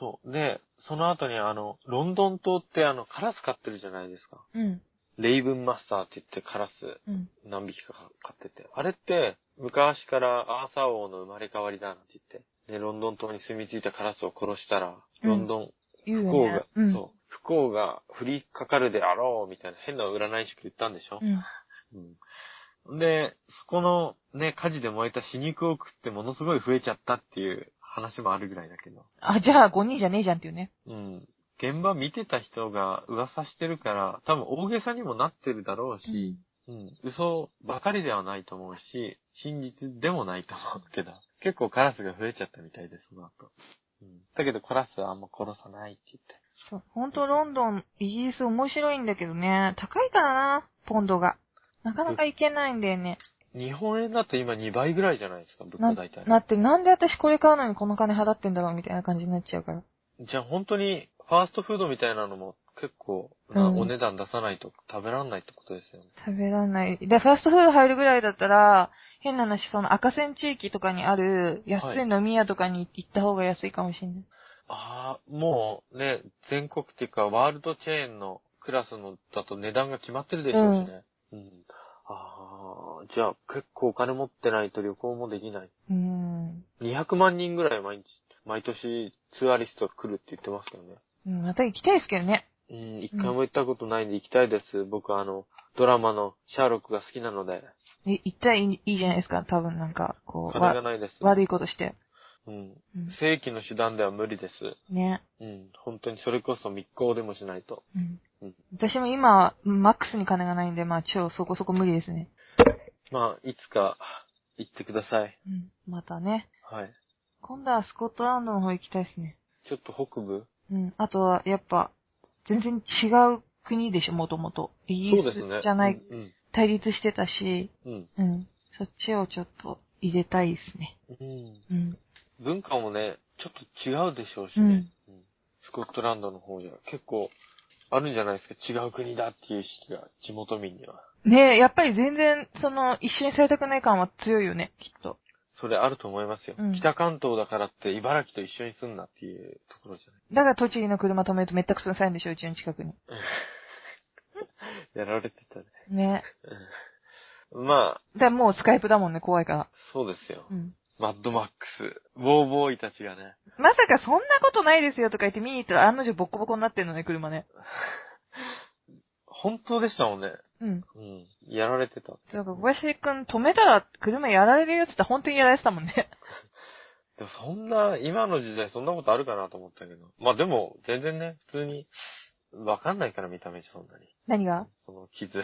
そう。で、その後にあの、ロンドン島ってあの、カラス飼ってるじゃないですか。
うん。
レイブンマスターって言ってカラス
うん。
何匹か飼ってて。あれって、昔からアーサー王の生まれ変わりだなんて言って。で、ロンドン島に住み着いたカラスを殺したら、
うん
ロンドン、
言う
不
よ
幸
ね
が。、
うん。
そう、不幸が降りかかるであろう、みたいな変な占い師が言ったんでしょ
う、ん。
うんで、そこのね、火事で燃えた死肉を食ってものすごい増えちゃったっていう話もあるぐらいだけど。
あ、じゃあ5人じゃねえじゃんっていうね。
うん。現場見てた人が噂してるから、多分大げさにもなってるだろうし、うん、嘘ばかりではないと思うし、真実でもないと思うけど、結構カラスが増えちゃったみたいです、その後。うん、だけどカラスはあんま殺さないって言って。
そう。ほんとロンドン、イギリス面白いんだけどね。高いからな、ポンドが。なかなか行けないんだよね。
日本円だと今2倍ぐらいじゃないですか、物
な
価大体。
なって、なんで私これ買うのにこの金払ってんだろうみたいな感じになっちゃうから。
じゃあ本当に、ファーストフードみたいなのも結構な、
うん
お値段出さないと食べらんないってことですよね。
食べらんない。で、ファーストフード入るぐらいだったら、変な話、その赤線地域とかにある安い飲み屋とかに行った方が安いかもしれない。
ああ、もうね、全国っていうかワールドチェーンのクラスのだと値段が決まってるでしょうしね。うん。ああ、じゃあ結構お金持ってないと旅行もできない。
うーん。
200万人ぐらい毎日、毎年ツアリスト来るって言ってますけどね。
うん、また行きたいですけどね。
うん、一回も行ったことないんで行きたいです。僕あの、ドラマのシャーロックが好きなので、
い行ったらいいいいじゃないですか、多分なんか、こう、
金が
わ
ないです。
悪いことして。
うん。
うん、
正規の手段では無理です。
ね。
うん。本当にそれこそ密航でもしないと。
うん
うん。
私も今は、マックスに金がないんで、まあ、超そこそこ無理ですね。
まあ、いつか行ってください。
うん。またね。
はい。
今度はスコットランドの方行きたいですね。
ちょっと北部
うん。あとは、やっぱ、全然違う国でしょ、もともと。イギ
そ
リ
うですね。
スじゃない、
うん。
対立してたし、
うん。
うん。そっちをちょっと入れたいですね。
うん。
うん。
文化もね、ちょっと違うでしょうし
う
ね
ん。。
うんスコットランドの方じゃ結構あるんじゃないですか。違う国だっていう意識が地元民には。
ねえ、やっぱり全然、その、一緒にされたくない感は強いよね、きっと。
それあると思いますよ。
うん
北関東だからって茨城と一緒に住んだっていうところじゃない。
だから栃木の車止めるとめったくそにされるんでしょ、うちの近くに。
やられてたね。
ね
うんまあ、
え。だからもうスカイプだもんね、怖いから。
そうですよ。
うん。
マッドマックス、ボーボーイたちがね、
まさかそんなことないですよとか言って見に行ったら案の定ボッコボコになってんのね、車ね。
本当でしたもんね。
うん。
うん。やられてた。
そうか、小林くん止めたら車やられるよって言ったら本当にやられてたもんね。
でもそんな、今の時代そんなことあるかなと思ったけど。まあでも、全然ね、普通に、わかんないから見た目じゃそんなに。
何が
その傷。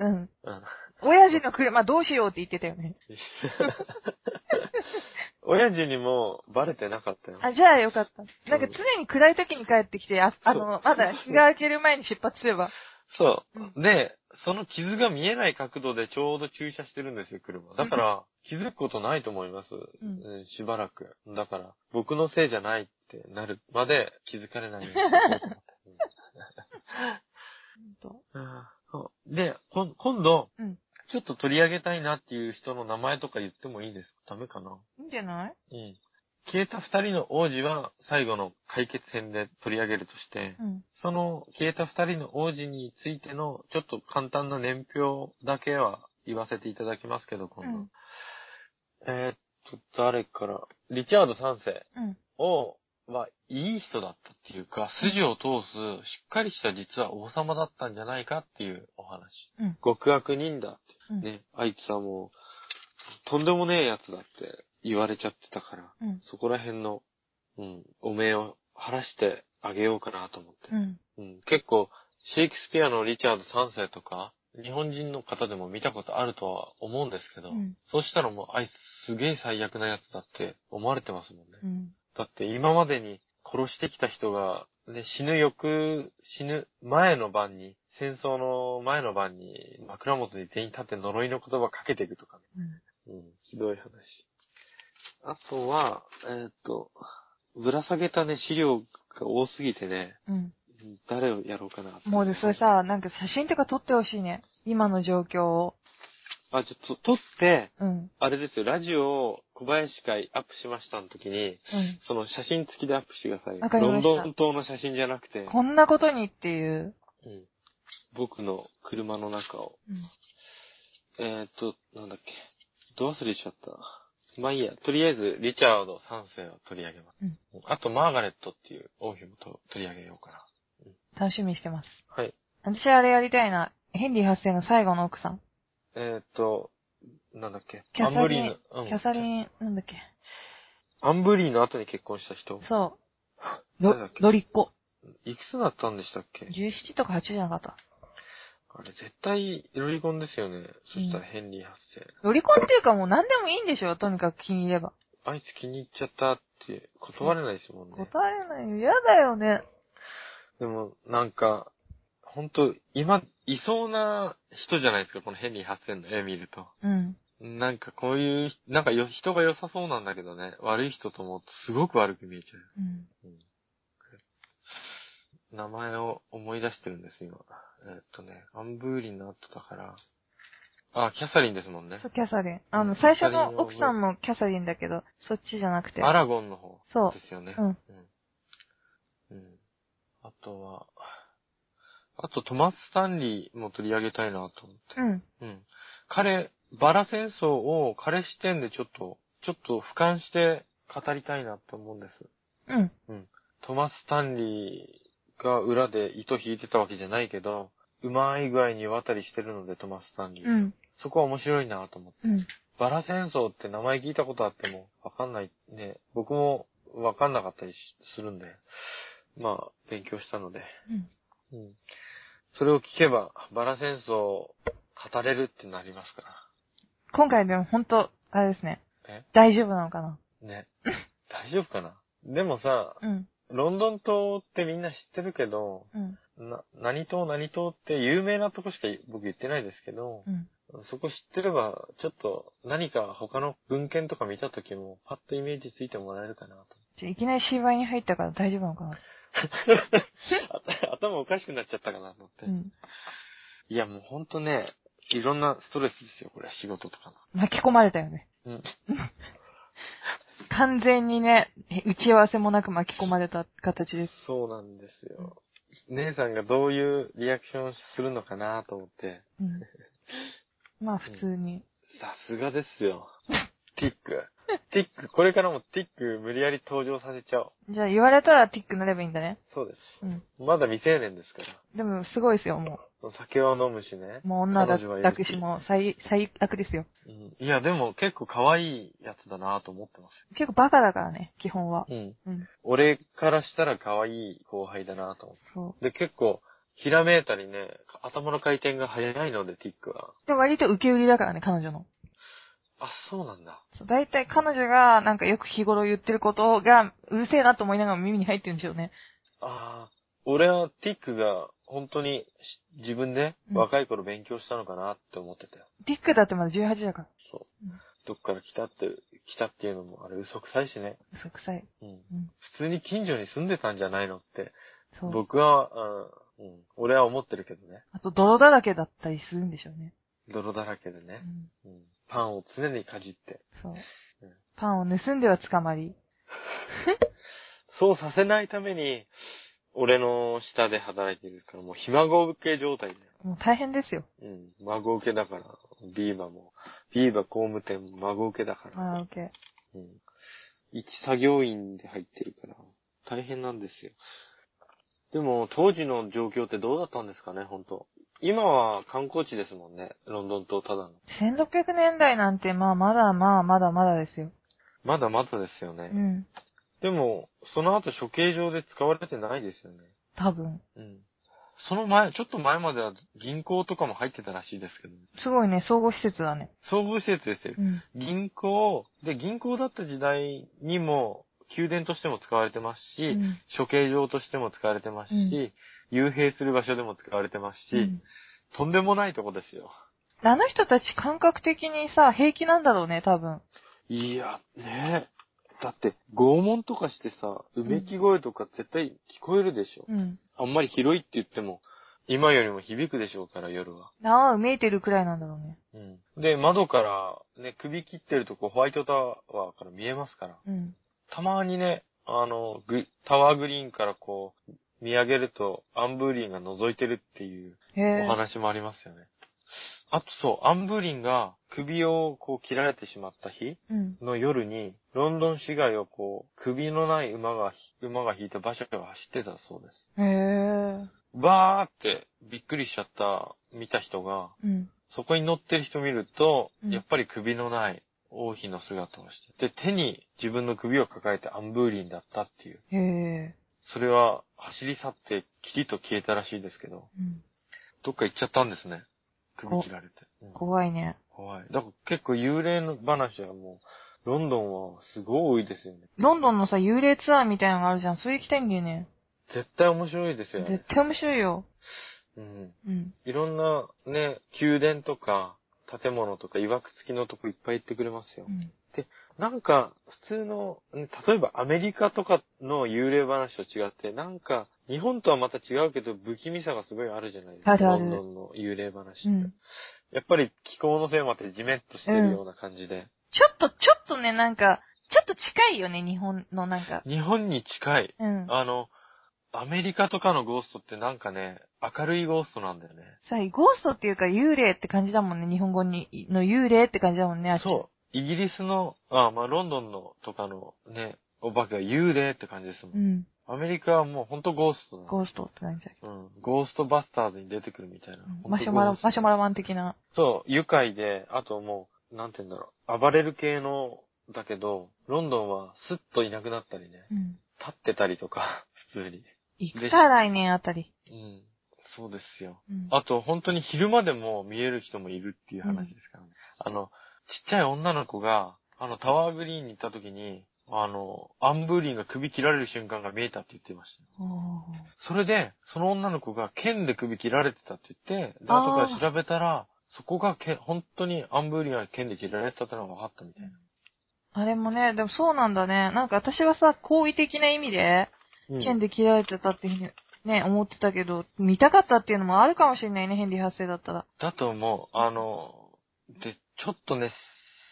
うん。
うん。
親父の車どうしようって言ってたよね。
親父にもバレてなかったよ。
あ、じゃあよかった。なんか常に暗い時に帰ってきて、ああの、まだ日が明ける前に出発すれば。
そうう。で、その傷が見えない角度でちょうど駐車してるんですよ、車。だから、気づくことないと思います。
ん
うんしばらく。だから、僕のせいじゃないってなるまで気づかれないようにしようと思って。うん
ほんと
そうで、こん今度、
うん
ちょっと取り上げたいなっていう人の名前とか言ってもいいですかダメかない
いんじゃない
うん。消えた二人の王子は最後の解決編で取り上げるとして、
うん。
その消えた二人の王子についてのちょっと簡単な年表だけは言わせていただきますけど、今度。
うん
えーっと、誰からリチャード三世
うん。
王は、いい人だったっていうか、筋を通す、しっかりした実は王様だったんじゃないかっていうお話。
うん
極悪人だって。
うん。
ね、あいつはもう、とんでもねえやつだって言われちゃってたから、
うん。
そこら辺の、うん、汚名を晴らしてあげようかなと思って
う。ん。
うん、結構、シェイクスピアのリチャード3世とか、日本人の方でも見たことあるとは思うんですけど、
うん
そうしたらもう、あいつすげえ最悪なやつだって思われてますもんね。
うん。
だって今までに殺してきた人がで、死ぬ翌、死ぬ前の晩に、戦争の前の晩に枕元に全員立って呪いの言葉かけていくとかね。うん、ひどい話。あとは、えーっと、ぶら下げたね、資料が多すぎてね、
うん。
誰をやろうかな。
もうね、それさ、なんか写真とか撮ってほしいね。今の状況を。
あ、ちょっと、撮って、
うん。
あれですよ、ラジオを小林会アップしましたの時に、
うん。
その写真付きでアップしてください。
わかりました
ロンドン島の写真じゃなくて、
こんなことにっていう。
うん、僕の車の中を。
うん。
えー、っと、なんだっけ。ど忘れしちゃった。まあいいや。とりあえず、リチャード3世を取り上げます。
うん
あと、マーガレットっていう王妃もと取り上げようかな。
楽しみにしてます。
はい。
私あれやりたいな。ヘンリー発生の最後の奥さん。
えー、っと、なんだっけ。
キャ
アン
サ
ブリ
リ
ー
ン
の、、うん
キャサリン、なんだっけ。
アンブリーの後に結婚した人。
そう。
誰だっ
ロ
け
ロリッコ。
いくつだったんでしたっけ
17とか8じゃなかった。
あれ、絶対、ロリコンですよね。そしたらヘンリー発生。
ロリコンっていうかもう何でもいいんでしょとにかく気に入れば。
あいつ気に入っちゃったって断れないですもんね。
答えないよ。嫌だよね。
でも、なんか、ほんと、今、いそうな人じゃないですか、このヘンリー発生の絵見ると。
うん。
なんかこういう、なんかよ人が良さそうなんだけどね、悪い人ともすごく悪く見えちゃ
うん。
う。名前を思い出してるんです、今。えっとね、アンブーリンの後だから。あ、キャサリンですもんね
そ。う、キャサリン。あ
う
の、
ん
最初の奥さんもキャサリンだけど、そっちじゃなくて。
アラゴンの方
そう
ですよね。
うん
うん。うん。あとは、あとトマス・スタンリーも取り上げたいなと思って。
うん。
うん。彼、バラ戦争を彼視点でちょっと、ちょっと俯瞰して語りたいなと思うんです。
うん。
トマス・スタンリーが裏で糸引いてたわけじゃないけど、うまい具合に世渡りしてるので、トマス・スタンリー。
うん。
そこは面白いなと思って。
うん。
バラ戦争って名前聞いたことあっても、わかんないね。僕もわかんなかったりしするんで、まあ、勉強したので。
うん。
うん。それを聞けば、バラ戦争を語れるってなりますから。
今回でも本当あれですね。
え
大丈夫なのかな
ね。大丈夫かなでもさ、
うん。
ロンドン島ってみんな知ってるけど、
うん。
な、何島何島って有名なとこしか僕言ってないですけど
う、ん。
そこ知ってれば、ちょっと何か他の文献とか見た時も、パッとイメージついてもらえるかなと。
ちょいきなり芝居に入ったから大丈夫なのかな
あ頭おかしくなっちゃったかなと思って。
うん。
いやもうほんとね、いろんなストレスですよ、これは仕事とか
巻き込まれたよね。
の。うん。
完全にね、打ち合わせもなく巻き込まれた形です。
そうなんですよ。姉さんがどういうリアクションするのかなと思って。
うん。 [laughs] まあ普通に。
さすがで
[laughs]
すよ。ティック。ティック、これからもティック無理やり登場させちゃおう。
じゃあ言われたらティック塗ればいいんだね。
そうです。
うん。
まだ未成年ですから。
でもすごいですよ、も
酒を飲むしね。
う。もう女だ
彼女はいる
抱くしも最、最悪ですよ。
うんいや、でも結構可愛いやつだなと思ってます
結構バカだからね、基本は。
よ。うん。
うん。
俺からしたら可愛い後輩だなと思っ
そう。
て。で、結構、ひらめいたりね、頭の回転が早いので、ティックは。
で、割と受け売りだからね、彼女の。
あ、そうなんだ。
そう大体彼女が、なんかよく日頃言ってることが、うるせえなと思いながら耳に入ってるんでしょうね。
ああ、俺はティックが本当にし自分で若い頃勉強したのかなって思ってたよ。
ディックだってまだ18だから。
そう
うん。
どっから来たって、来たっていうのも、あれ嘘くさいしね。
嘘くさい。
うん。
うん。
普通に近所に住んでたんじゃないのって、
そう。
僕は、うん、うん俺は思ってるけどね。
あと、泥だらけだったりするんでしょうね。
泥だらけで
う
ね。
ん。
うん。パンを常にかじって。
そう
うん。
パンを盗んでは捕まり。
そうさせないために、俺の下で働いてるから、もうひ孫受け状態だよ。
もう大変ですよ。
うん。孫受けだから、ビーバーも。ビーバー工務店も孫受けだから。
まあ、OK。
うん。一作業員で入ってるから、大変なんですよ。でも、当時の状況ってどうだったんですかね、本当今は観光地ですもんね、ロンドンとただの。
1600年代なんて、まあ、まだまあ、まだまだですよ。
まだまだですよ
う
ね。
ん。
でも、その後処刑場で使われてないですよね。
多分。
うん。その前、ちょっと前までは銀行とかも入ってたらしいですけど、
すごいね、総合施設だね。
総合施設ですよ
う。ん。
銀行、で、銀行だった時代にも、宮殿としても使われてますし、
うん
処刑場としても使われてますし、幽閉する場所でも使われてますし、
うん
とんでもないとこですよ。
あの人たち感覚的にさ、平気なんだろうね、多分。
いや、ねえ。だって、拷問とかしてさ、うめき声とか絶対聞こえるでしょ。
うん。
あんまり広いって言っても、今よりも響くでしょうから、夜は。
縄を見えてるくらいなんだろうね。
うん。で、窓から、ね、首切ってるとこ、ホワイトタワーから見えますから。
うん。
たまにね、あの、グタワーグリーンからこう、見上げると、アンブーリンが覗いてるっていう
へ
お
え。
話もありますよね。あとそう、アンブーリンが首をこう切られてしまった日
うん。
の夜に、ロンドン市街をこう、首のない馬が、馬が引いた馬車が走ってたそうです。
へえ。
バーってびっくりしちゃった、見た人が、
うん。
そこに乗ってる人見ると、
うん
やっぱり首のない王妃の姿をして、で、手に自分の首を抱えてアンブーリンだったっていう。
へえ。
それは走り去ってキリと消えたらしいですけど、
うん。
どっか行っちゃったんですね。首
こ
切られて。うん
怖いね。
怖い。だから結構幽霊の話はもう、ロンドンはすごい多いですよね。
ロンドンのさ、幽霊ツアーみたいなのがあるじゃん。それ行きたいんだよね。
絶対面白いですよ
絶
ね。
対面白いよ。
うん。
うん。
いろんなね、宮殿とか、建物とか、曰く付きのとこいっぱい行ってくれますよ。
うん。
なんか、普通の、ね例えばアメリカとかの幽霊話と違って、なんか、日本とはまた違うけど、不気味さがすごいあるじゃないですか。
あるある
ロンドンの幽霊話って。
うん
やっぱり気候のせいもあってジメッとしてるような感じで。
ちょっと、ちょっとね、なんか、ちょっと近いよね、日本のなんか。
日本に近い。
うん。
あの、アメリカとかのゴーストってなんかね、明るいゴーストなんだよね。
さ、ゴーストっていうか幽霊って感じだもんね、日本語に、の幽霊って感じだもんね、あっち
そう。イギリスの、あ、まあ、ロンドンのとかのね、お化けは幽霊って感じですもん。
うん。
アメリカはもうほんとゴーストなんだよ
ゴーストって感じだけ
うん。ゴーストバスターズに出てくるみたいな。
ど。マシュマ
ほ
ロ
んと、ゴー
マシ
スト
ュマロマン的な。
そう、愉快で、あともう、なんて言うんだろう、暴れる系の、だけど、ロンドンはスッといなくなったりね、
うん。
立ってたりとか、普通に。
行くか、来年あたり。
うん。そうですよ。
うん。
あと、本当に昼間でも見える人もいるっていう話ですからね。あの、ちっちゃい女の子が、あの、タワーグリーンに行った時に、あの、アンブーリンが首切られる瞬間が見えたって言ってました。
おー
それで、その女の子が剣で首切られてたって言って、で、
あー
後から調べたら、そこがけ、本当にアンブーリンが剣で切られてたってのが分かったみたいな。
あれもね、でもそうなんだね。なんか私はさ、好意的な意味で、
うん
剣で切られてたっていうふうにね、思ってたけど、見たかったっていうのもあるかもしれないね、ヘンリー発生だったら。
だと思う。あの、で、ちょっとね、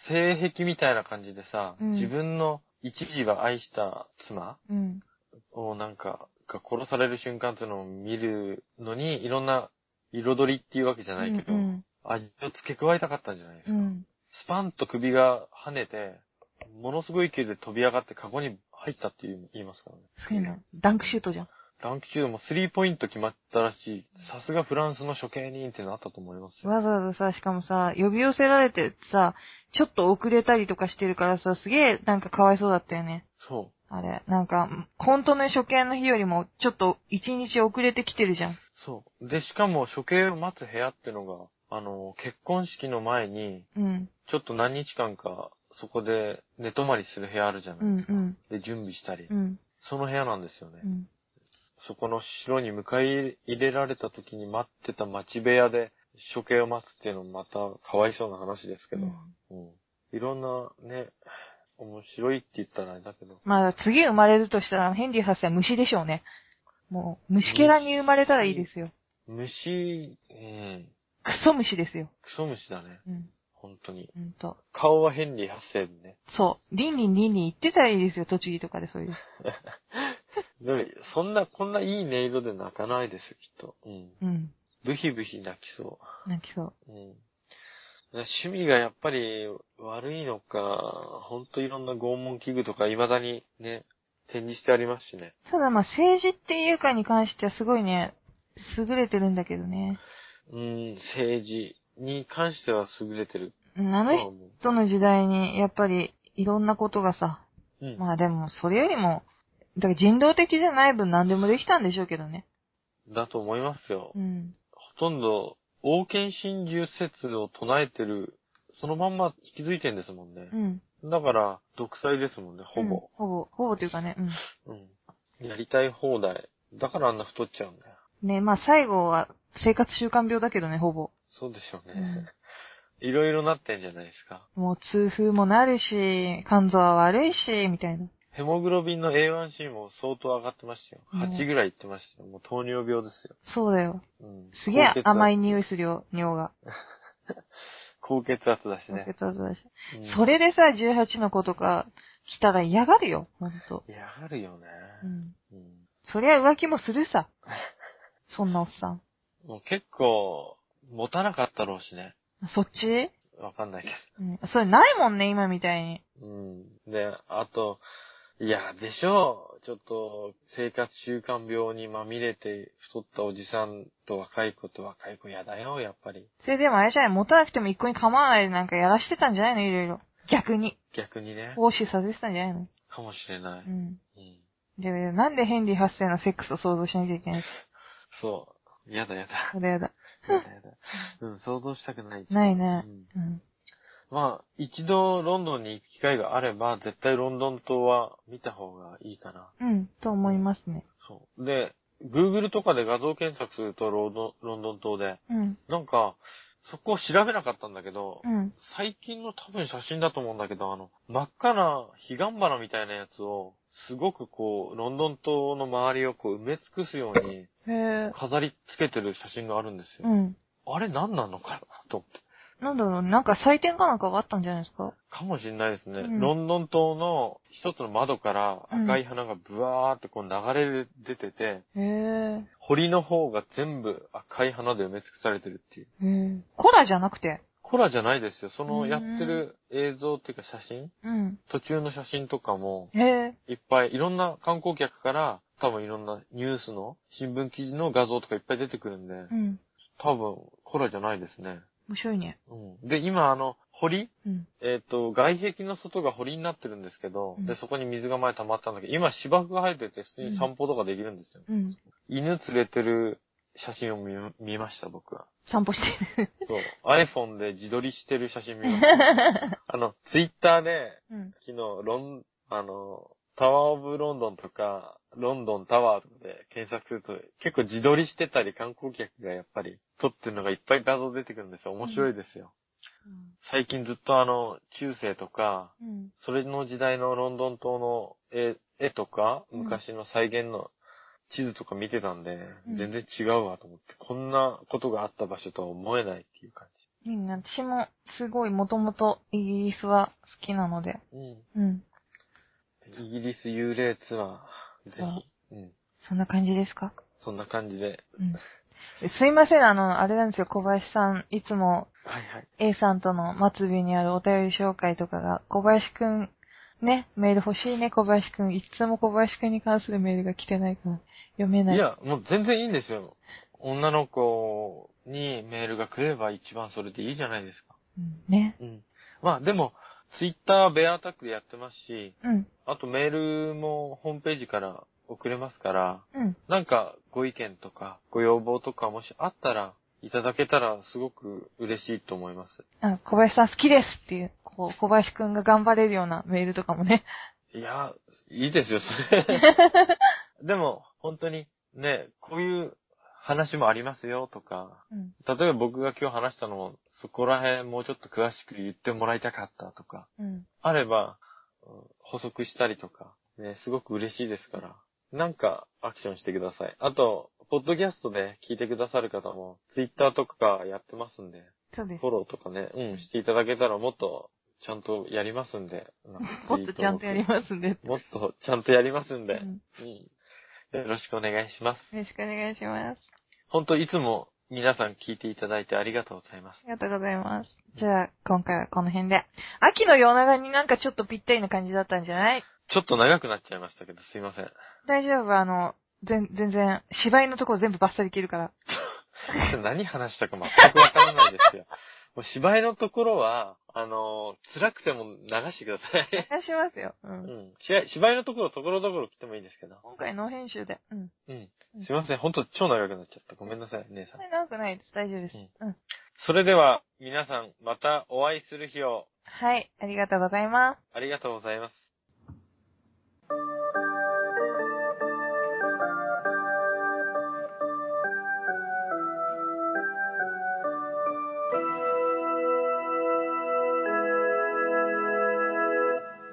性癖みたいな感じでさ、
うん
自分の一時は愛した妻
うん。
をなんか、が殺される瞬間っていうのを見るのに、いろんな彩りっていうわけじゃないけど、
うん
味を付け加えたかったんじゃないで
う
すか。
ん。うん。
スパンと首が跳ねて、ものすごい勢いで飛び上がってカゴに入ったっていう言いますからね。
すげえな。ダンクシュートじゃん。
ランク中も3ポイント決まったらしい。さすがフランスの処刑人ってなったと思いますよ。
わざわざさ、しかもさ、呼び寄せられてさ、ちょっと遅れたりとかしてるからさ、すげえなんかかわいそうだったよね。
そ
あれ、なんか、本当の初見の日よりも、ちょっと一日遅れてきてるじゃん。
う。そう。で、しかも処刑を待つ部屋ってのが、あの、結婚式の前に、
うん。
ちょっと何日間か、そこで寝泊まりする部屋あるじゃ
う
ないです
ん
か。
うん。
で、準備したり
う。ん。
その部屋なんですよね。
うん。
そこの城に迎え入れられた時に待ってた町部屋で処刑を待つっていうのもまたかわいそうな話ですけど、うんいろんなね、面白いって言ったらあれだけど、
まあ、次生まれるとしたら、ヘンリー発生は虫でしょうね。もう、虫けらに生まれたらいいですよ。
虫、うん、
クソ虫ですよ。
クソ虫だね、
うん。
本当に。
うんと。
顔はヘンリー8世でね。
そう。リンリンリンリン言ってたらいいですよ、栃木とかでそういう。
でもそんな、こんないい音色で泣かないですよ、きっと。うん。
うん。
ブヒブヒ泣きそ
泣きそう。
う。うん。趣味がやっぱり悪いのか、ほんといろんな拷問器具とか未だにね、展示してありますしね。
ただまあ、政治っていうかに関してはすごいね、優れてるんだけどね。
うん、政治に関しては優れてる
うんあ
と
の
は思う。
人の時代に、やっぱり、いろんなことがさ、
うん。
まあでも、それよりも、だから人道的じゃない分何でもできたんでしょうけどね。
だと思いますよ。
うん。
ほとんど、王権心中説を唱えてる、そのまんま引き継いでんですもんね。
うん。
だから、独裁ですもんね、ほ
うん
ぼ。
ほぼ、ほぼというかね、うん。
うん。やりたい放題。だからあんな太っちゃうんだよ。
ね、まあ最後は生活習慣病だけどね、ほぼ。
そうでしょうね。 [laughs] いろいろなってんじゃないですか。
もう痛風もなるし、肝臓は悪いし、みたいな。
ヘモグロビンの A1C も相当上がってましたよ。
ね
8ぐらいいってましたよ。もう糖尿病ですよ。
そうだよ。
うん、
すげえ甘い
い。
匂いするよ、尿が。
高血圧だし
高
ね。
血圧だし
うん
それでさ、18の子とか来たら嫌がるよ、ほんと。
やがるよね。
うん。
うん
そりゃ浮気もする
[laughs]
さ。そんなおっさん。
もう結構、持たなかったろうしね。
そっち
わかんないけ
うん。それないもんね、今みたいに。
ど。うん。で、あと、いや、でしょう。ちょっと、生活習慣病にまみれて太ったおじさんと若い子と若い子やだよ、やっぱり。
それでもあれじゃない、持たなくても一個に構わないでなんかやらしてたんじゃないのいろいろ。逆に。
逆にね。
奉仕させてたんじゃないの。
かもしれないう
ん。
うん。
で、なんでヘンリー8世のセックスを想像しなきゃいけない
そう。やだやだ。
のやだやだ。
やだやだ。うん、想像したくない。
ないね
うん
うん。
まあ、一度ロンドンに行く機会があれば、絶対ロンドン島は見た方がいいかな。
うん、と思いますね。
そう。で、Google とかで画像検索するとロードロンドン島で、
うん。
なんか、そこを調べなかったんだけど、
うん。
最近の多分写真だと思うんだけど、あの、真っ赤な彼岸花みたいなやつを、すごくこう、ロンドン島の周りをこう埋め尽くすように
へえ。
飾り付けてる写真があるんです
う
よ。
ん。
あれ何なのかなと思って。
なんだろう、なんか祭典かなんかがあったんじゃないですか
かもしれないですね。
うん
ロンドン島の一つの窓から赤い花がブワーってこう流れ出てて、
へえ。
堀の方が全部赤い花で埋め尽くされてるっていう。
へえ。コラじゃなくて。
コラじゃないですよ。その
うん
やってる映像っていうか写真
うん。
途中の写真とかも、
へえ。
いっぱいいろんな観光客から、多分いろんなニュースの新聞記事の画像とかいっぱい出てくるんで、
うん。
多分コラじゃないですね。
面白いね。
うん、で、今あの、堀
うん。
えっ、と、外壁の外が堀になってるんですけど、
うん
で、そこに水が前溜まったんだけど、今芝生が生えてて普通に散歩とかできるんですよ。
うん。
犬連れてる写真を見、見ました、僕は。
散歩して。
そう。iPhone で自撮りしてる写真見ま [laughs] した。あの、Twitter で、
うん。
昨日、ロン、あの、タワーオブロンドンとか、ロンドンタワーとかで検索すると、結構自撮りしてたり観光客がやっぱり撮ってるのがいっぱい画像出てくるんですよ。面白いですよ。最近ずっとあの、中世とか、
うん。
それの時代のロンドン島の絵絵とか、
うん
昔の再現の地図とか見てたんで、
うん
全然違うわと思って、こんなことがあった場所とは思えないっていう感
いいね。私も、すごい、もともと、イギリスは好きなので。
じ。
うん。
うん。イギリス幽霊ツアー、ぜひ。うん。
そんな感じですか
そんな感じで。
うん。すいません、あの、あれなんですよ、小林さん、いつも
はいはい。
A さんとの末尾にあるお便り紹介とかが、小林くん、ね、メール欲しいね、小林くん。いつも小林くんに関するメールが来てないから、読めない。
いや、もう全然いいんですよ。女の子にメールが来れば一番それでいいじゃないですか。
うん、ね。
うん。まあでも、ツイッターベアアタックでやってますし、
うん、
あとメールもホームページから送れますから、
うん。
なんかご意見とかご要望とかもしあったらいただけたらすごく嬉しいと思います。
あ、小林さん好きですっていう、こう、小林くんが頑張れるようなメールとかもね。
いや、いいですよ、それ。でも、本当にね、こういう話もありますよとか、
うん、
例えば僕が今日話したのも、そこら辺もうちょっと詳しく言ってもらいたかったとか、
うん。
あれば、うん補足したりとか、ね、すごく嬉しいですから、なんかアクションしてください。あと、ポッドキャストで聞いてくださる方も、ツイッターとかやってますんで、
そうです
フォ。ローとかね、うん、していただけたらもっとちゃんとやりますんで、なんか
もっとちゃんとやりますんで。
す。もっとちゃんとやりますん
う
で、
ん、
うんよろしくお願いします。
よろしくお願いします。
ほんといつも皆さん聞いていただいてありがとうございます。
ありがとうございます。じゃあ、今回はこの辺で。秋の夜長になんかちょっとぴったりな感じだったんじゃない
ちょっと長くなっちゃいましたけど、すいません。
大丈夫あの、全全然、芝居のところ全部バッサリ切るから。
[laughs] 何話したか全くわからないですよ。もう芝居のところは、あのー辛くても流してください。 [laughs]
お願いしますよ。う。
うんん。芝居芝居のところ、ところどころ来てもいいですけど。
今回ノー編集で。うん。
うん。すいません。ほんと超長くなっちゃった。ごめんなさい、姉さ
そん
ん
な。に長くないです。大丈夫です。
うん
うん。
それでは、皆さん、またお会いする日を。
はい、ありがとうございます。
ありがとうございます。